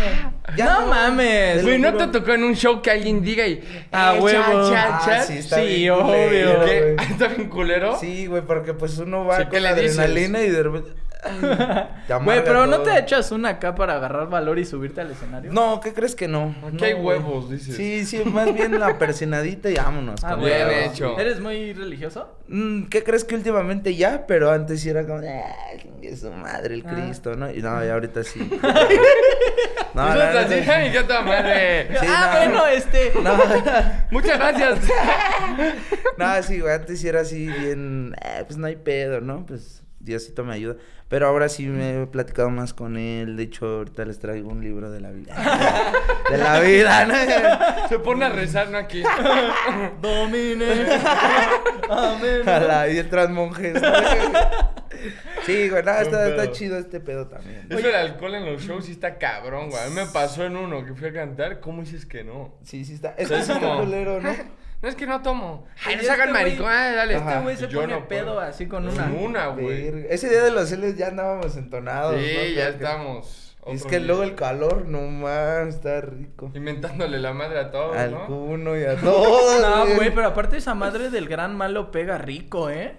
[SPEAKER 1] No mames.
[SPEAKER 5] te lo
[SPEAKER 2] Güey, ¿no te
[SPEAKER 5] juro.
[SPEAKER 2] tocó en un show que alguien diga y...
[SPEAKER 1] Ah,
[SPEAKER 2] eh,
[SPEAKER 1] huevo.
[SPEAKER 2] Cha, cha,
[SPEAKER 5] Ah,
[SPEAKER 2] cha?
[SPEAKER 5] sí, está
[SPEAKER 1] Sí,
[SPEAKER 5] bien
[SPEAKER 1] obvio.
[SPEAKER 5] culero,
[SPEAKER 2] ¿Y qué?
[SPEAKER 5] güey.
[SPEAKER 2] <laughs> ¿Está bien culero?
[SPEAKER 5] Sí, güey, porque pues uno va
[SPEAKER 2] Sí, ¿qué
[SPEAKER 5] con
[SPEAKER 2] le
[SPEAKER 5] la
[SPEAKER 2] dices?
[SPEAKER 5] adrenalina y de repente. ay, te
[SPEAKER 1] Güey,
[SPEAKER 5] amarga
[SPEAKER 1] pero ¿no
[SPEAKER 5] todo.
[SPEAKER 1] te echas una acá para agarrar valor y subirte al escenario?
[SPEAKER 5] No, ¿qué crees que no?
[SPEAKER 2] Aquí
[SPEAKER 5] No,
[SPEAKER 2] hay
[SPEAKER 5] güey.
[SPEAKER 2] huevos, dices.
[SPEAKER 5] Sí, sí, más bien la persinadita y vámonos.
[SPEAKER 1] Ah,
[SPEAKER 5] con
[SPEAKER 1] güey.
[SPEAKER 2] Bien
[SPEAKER 5] huevos.
[SPEAKER 2] hecho.
[SPEAKER 1] ¿Eres muy religioso?
[SPEAKER 5] Mm, ¿Qué crees que últimamente ya? Pero antes sí era como, ah, chingue su madre el
[SPEAKER 1] Ah.
[SPEAKER 5] Cristo, ¿no? Y no, y ahorita sí.
[SPEAKER 2] No,
[SPEAKER 5] No, la
[SPEAKER 2] Pues así, <laughs>
[SPEAKER 5] neta-
[SPEAKER 2] ay, qué tal madre.
[SPEAKER 5] Sí,
[SPEAKER 1] ah,
[SPEAKER 5] no.
[SPEAKER 1] bueno,
[SPEAKER 5] <laughs>
[SPEAKER 1] este.
[SPEAKER 5] no,
[SPEAKER 2] eh. Muchas
[SPEAKER 5] <laughs>
[SPEAKER 2] gracias.
[SPEAKER 5] no, sí, güey, antes sí era así bien, "Ah, pues no hay pedo, ¿no? Pues Diosito me ayuda. Pero ahora sí me he platicado más con él. De hecho, ahorita les traigo un libro de la vida. De la vida, ¿no?
[SPEAKER 2] Se pone a rezar, ¿no? Aquí.
[SPEAKER 1] <laughs> Domine. Amén.
[SPEAKER 5] A la y tras
[SPEAKER 1] <laughs>
[SPEAKER 5] monjes. ¿no? Sí, güey, no, está,
[SPEAKER 2] Buen
[SPEAKER 5] está
[SPEAKER 2] pedo.
[SPEAKER 5] chido este pedo también.
[SPEAKER 2] Eso del alcohol en los shows sí está cabrón, güey. A mí me pasó en uno que fui a cantar. ¿Cómo dices que no?
[SPEAKER 5] Sí, sí está. Es
[SPEAKER 2] sea,
[SPEAKER 5] que
[SPEAKER 2] es
[SPEAKER 5] sí está
[SPEAKER 2] como-
[SPEAKER 1] <laughs>
[SPEAKER 5] culero, ¿no?
[SPEAKER 2] No es que no tomo. Ay,
[SPEAKER 1] Y
[SPEAKER 2] no
[SPEAKER 1] este
[SPEAKER 2] se hagan
[SPEAKER 1] güey-
[SPEAKER 2] maricón. Ay, dale.
[SPEAKER 1] Este güey se
[SPEAKER 2] Yo
[SPEAKER 1] pone
[SPEAKER 2] no
[SPEAKER 1] pedo
[SPEAKER 2] puedo.
[SPEAKER 1] así con una.
[SPEAKER 2] En una, güey.
[SPEAKER 5] Verga. Ese día de los celes ya andábamos entonados. ¿no?
[SPEAKER 2] Sí, ya
[SPEAKER 5] Creo que-
[SPEAKER 2] estamos.
[SPEAKER 5] Es
[SPEAKER 2] Otro
[SPEAKER 5] que
[SPEAKER 2] nivel.
[SPEAKER 5] luego el calor, no más, está rico.
[SPEAKER 2] Inventándole la madre a todos,
[SPEAKER 5] Al
[SPEAKER 2] ¿no? <laughs>
[SPEAKER 5] cuno y a
[SPEAKER 1] <laughs>
[SPEAKER 5] todos.
[SPEAKER 1] No, güey, pero aparte esa madre del gran malo pega rico, ¿eh?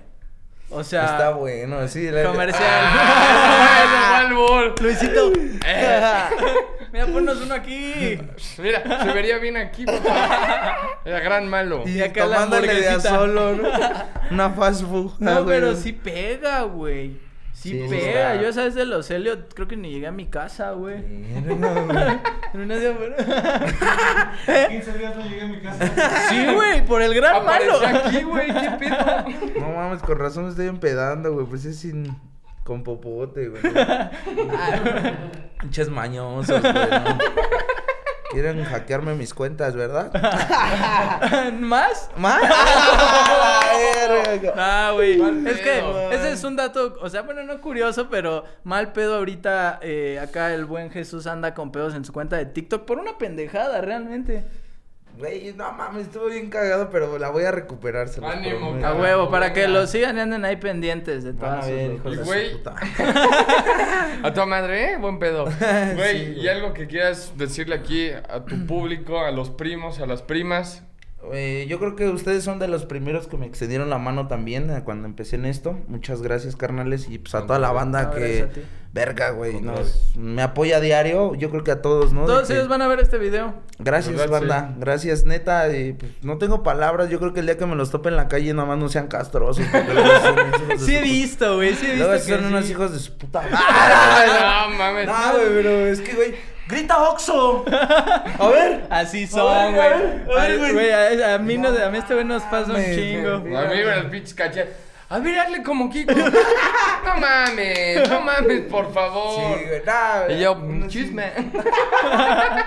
[SPEAKER 1] O sea.
[SPEAKER 5] Está bueno, sí. la-
[SPEAKER 1] Comercial.
[SPEAKER 2] Ah, ese fue el bol.
[SPEAKER 5] <laughs>
[SPEAKER 1] Luisito. Eh.
[SPEAKER 5] Ah.
[SPEAKER 1] <laughs> Mira, ponnos uno aquí.
[SPEAKER 2] Mira, se vería bien aquí, papá. Era gran malo.
[SPEAKER 5] y
[SPEAKER 1] Y acá la
[SPEAKER 5] tomándole de a
[SPEAKER 1] hamburguesita. <laughs>
[SPEAKER 5] solo, ¿no? Una fast food. Ah,
[SPEAKER 1] No,
[SPEAKER 5] güey.
[SPEAKER 1] pero sí pega, güey. Sí,
[SPEAKER 5] Sí, sí
[SPEAKER 1] pega.
[SPEAKER 5] está.
[SPEAKER 1] Yo, ¿sabes? De los Elliot, creo que ni llegué a mi casa, güey.
[SPEAKER 5] Verga, güey.
[SPEAKER 1] En una de afuera.
[SPEAKER 3] 15 días no llegué a mi
[SPEAKER 1] <laughs> <laughs>
[SPEAKER 3] casa.
[SPEAKER 1] Sí, güey, por el gran malo.
[SPEAKER 2] Apareció aquí, güey. ¿Qué pedo?
[SPEAKER 5] No mames, con razón me estoy empedando, güey. Pues es sin. Con popote, güey. Pinches mañosos, güey. ¿no? Quieren hackearme mis cuentas, ¿verdad?
[SPEAKER 1] <laughs> ¿Más?
[SPEAKER 5] ¿Más? ¡Ah! Verga.
[SPEAKER 1] Ah, güey.
[SPEAKER 2] Mal
[SPEAKER 1] Es que
[SPEAKER 2] pedo.
[SPEAKER 1] ese es un dato, o sea, bueno, no curioso, pero mal pedo ahorita. eh, acá el buen Jesús anda con pedos en su cuenta de TikTok por una pendejada, realmente.
[SPEAKER 5] Güey, no mames, estuvo bien cagado, pero la voy a recuperar. se los
[SPEAKER 2] Ánimo,
[SPEAKER 5] prometo.
[SPEAKER 1] A
[SPEAKER 2] Ah,
[SPEAKER 1] huevo, Ah, para
[SPEAKER 2] venga.
[SPEAKER 1] que lo sigan y anden ahí pendientes de
[SPEAKER 5] Van
[SPEAKER 1] todas
[SPEAKER 5] a
[SPEAKER 1] sus
[SPEAKER 5] ver, hijos
[SPEAKER 2] Y,
[SPEAKER 5] de su
[SPEAKER 2] güey,
[SPEAKER 5] puta.
[SPEAKER 2] A tu madre, ¿eh? Buen
[SPEAKER 5] <laughs>
[SPEAKER 2] pedo.
[SPEAKER 5] Sí,
[SPEAKER 2] Güey,
[SPEAKER 5] güey.
[SPEAKER 2] y algo que quieras decirle aquí a tu público, a los primos, a las
[SPEAKER 5] <laughs>
[SPEAKER 2] primas. <laughs>
[SPEAKER 5] Eh, yo creo que ustedes son de los primeros que me extendieron la mano también eh, cuando empecé en esto. Muchas gracias, carnales, y pues a toda la banda
[SPEAKER 1] No,
[SPEAKER 5] que
[SPEAKER 1] gracias a ti.
[SPEAKER 5] verga, güey,
[SPEAKER 2] Con
[SPEAKER 5] nos-
[SPEAKER 2] todo.
[SPEAKER 5] me apoya a diario. Yo creo que a todos, ¿no?
[SPEAKER 1] Todos
[SPEAKER 5] De que-
[SPEAKER 1] ellos van a ver este video.
[SPEAKER 5] Gracias,
[SPEAKER 2] ¿Verdad?
[SPEAKER 5] banda. Gracias, neta. eh, pues, no tengo palabras. Yo creo que el día que me los tope en la calle, nada más no sean castrosos.
[SPEAKER 2] <laughs>
[SPEAKER 5] porque luego son unos hijos de
[SPEAKER 1] Sí
[SPEAKER 5] su
[SPEAKER 1] he
[SPEAKER 5] pu-
[SPEAKER 1] visto, güey, sí he visto
[SPEAKER 5] Luego
[SPEAKER 1] que
[SPEAKER 5] son
[SPEAKER 1] sí.
[SPEAKER 5] unos hijos de
[SPEAKER 1] <laughs>
[SPEAKER 5] su puta madre.
[SPEAKER 2] No mames.
[SPEAKER 5] No, güey, pero es que, güey. ¡Grita Oxo! A ver.
[SPEAKER 1] Así
[SPEAKER 5] A
[SPEAKER 1] son,
[SPEAKER 5] ver,
[SPEAKER 1] güey.
[SPEAKER 5] a ver, a ver,
[SPEAKER 1] Ay,
[SPEAKER 5] güey.
[SPEAKER 1] Güey, a, a mí no, a mí este güey nos
[SPEAKER 5] No
[SPEAKER 1] pasa un
[SPEAKER 5] mames,
[SPEAKER 1] chingo.
[SPEAKER 5] güey.
[SPEAKER 2] A mí con el pinche caché. A ver, hazle como Kiko. No mames, no mames, por favor.
[SPEAKER 5] Sí, güey, nah,
[SPEAKER 2] Oh. Y yo, "Mm,
[SPEAKER 5] aún así-
[SPEAKER 2] chisme.
[SPEAKER 5] Nah,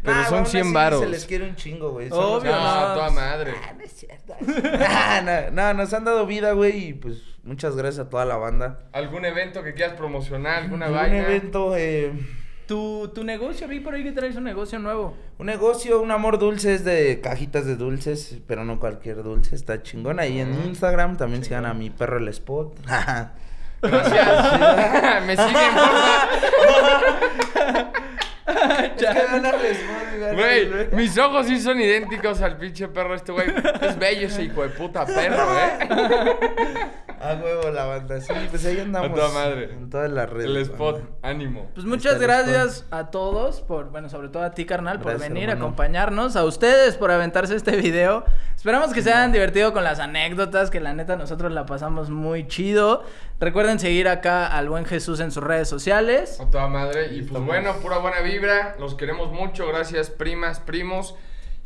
[SPEAKER 2] Pero
[SPEAKER 5] güey,
[SPEAKER 2] son
[SPEAKER 5] aún
[SPEAKER 2] 100
[SPEAKER 5] así
[SPEAKER 2] varos.
[SPEAKER 5] Se les quiere un chingo, güey. son
[SPEAKER 1] Obvio,
[SPEAKER 5] los-
[SPEAKER 2] No, a toda madre.
[SPEAKER 5] <laughs> Ah, no, no, nos han dado vida, güey. Y pues muchas gracias a toda la banda.
[SPEAKER 2] ¿Algún evento que quieras promocionar? ¿Alguna
[SPEAKER 5] Un
[SPEAKER 2] vaina?
[SPEAKER 5] evento, eh,
[SPEAKER 1] Tu, tu negocio, vi por ahí que traes un negocio nuevo.
[SPEAKER 5] un negocio, un amor dulce es de cajitas de dulces, pero no cualquier dulce. Está chingón. Ahí en Instagram también sigan a mi perro el spot. <laughs>
[SPEAKER 2] Gracias. Me siguen, porfa.
[SPEAKER 5] Es que van a responder, van a
[SPEAKER 2] Güey,
[SPEAKER 5] responder.
[SPEAKER 2] mis ojos sí son idénticos al pinche perro este, güey. Es bello ese hijo de puta perro, ¿eh?
[SPEAKER 5] A huevo la banda. Sí, pues ahí andamos.
[SPEAKER 2] toda madre.
[SPEAKER 5] En todas las redes.
[SPEAKER 2] El
[SPEAKER 5] banda.
[SPEAKER 2] spot, ánimo.
[SPEAKER 1] Pues
[SPEAKER 5] Ahí
[SPEAKER 1] muchas
[SPEAKER 5] está el
[SPEAKER 1] gracias a todos por, bueno, sobre todo a ti, carnal, por
[SPEAKER 5] Gracias,
[SPEAKER 1] venir a
[SPEAKER 5] hermano.
[SPEAKER 1] acompañarnos, a ustedes por aventarse este video. Esperamos que se hayan divertido con las anécdotas, que la neta nosotros la pasamos muy chido. Recuerden seguir acá al buen Jesús en sus redes sociales.
[SPEAKER 2] A toda madre. Y pues
[SPEAKER 5] Estamos-
[SPEAKER 2] bueno, pura buena vibra. Los queremos mucho. Gracias, primas, primos.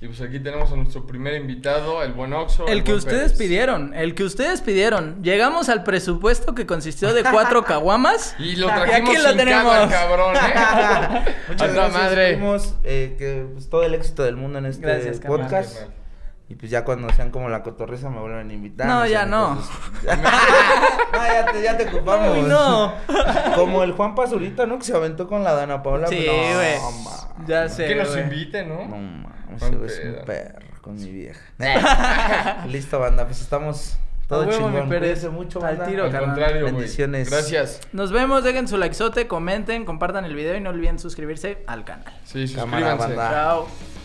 [SPEAKER 2] Y pues aquí tenemos a nuestro primer invitado, el buen Oxo.
[SPEAKER 1] El que
[SPEAKER 2] buen
[SPEAKER 1] ustedes
[SPEAKER 2] Pérez.
[SPEAKER 1] pidieron, el que ustedes pidieron. Llegamos al presupuesto que consistió de
[SPEAKER 5] <laughs>
[SPEAKER 1] cuatro caguamas.
[SPEAKER 2] Y lo
[SPEAKER 1] Y aquí
[SPEAKER 2] trajimos
[SPEAKER 1] lo
[SPEAKER 2] sin
[SPEAKER 1] tenemos.
[SPEAKER 2] cama,
[SPEAKER 1] <laughs>
[SPEAKER 2] cabrón, ¿eh?
[SPEAKER 5] Muchas
[SPEAKER 2] A la
[SPEAKER 5] gracias,
[SPEAKER 2] madre.
[SPEAKER 5] primos, eh, que pues, todo el éxito del mundo en este
[SPEAKER 1] Gracias, carnal.
[SPEAKER 5] podcast.
[SPEAKER 2] Mal,
[SPEAKER 5] Y pues ya cuando sean como la cotorreza me vuelven a invitar.
[SPEAKER 1] No, ya
[SPEAKER 5] sé,
[SPEAKER 1] no.
[SPEAKER 5] entonces- <laughs> no, ya te, ya te ocupamos.
[SPEAKER 1] Uy, no.
[SPEAKER 5] <laughs> Como el Juan Pazurita, ¿no? Que se aventó con la Dana Paola.
[SPEAKER 1] Sí,
[SPEAKER 5] No,
[SPEAKER 1] güey.
[SPEAKER 5] ma-
[SPEAKER 1] ya sé.
[SPEAKER 2] que nos
[SPEAKER 1] güey.
[SPEAKER 2] invite, ¿no?
[SPEAKER 5] No,
[SPEAKER 2] Juan
[SPEAKER 5] mames, ese güey es
[SPEAKER 2] Pedro.
[SPEAKER 5] un perro con mi
[SPEAKER 1] <laughs>
[SPEAKER 5] vieja. Listo, banda, pues estamos todo
[SPEAKER 1] A huevo,
[SPEAKER 5] chingón.
[SPEAKER 1] mi Pérez.
[SPEAKER 5] Cuídense mucho,
[SPEAKER 1] Al
[SPEAKER 5] banda.
[SPEAKER 1] tiro,
[SPEAKER 2] Al
[SPEAKER 1] carnal.
[SPEAKER 2] contrario, güey.
[SPEAKER 5] Bendiciones.
[SPEAKER 2] Gracias.
[SPEAKER 1] Nos vemos, dejen su likezote, comenten, compartan el video y no olviden suscribirse al canal.
[SPEAKER 2] Sí,
[SPEAKER 5] Cámara,
[SPEAKER 2] suscríbanse.
[SPEAKER 5] banda. Ah.
[SPEAKER 1] Chao.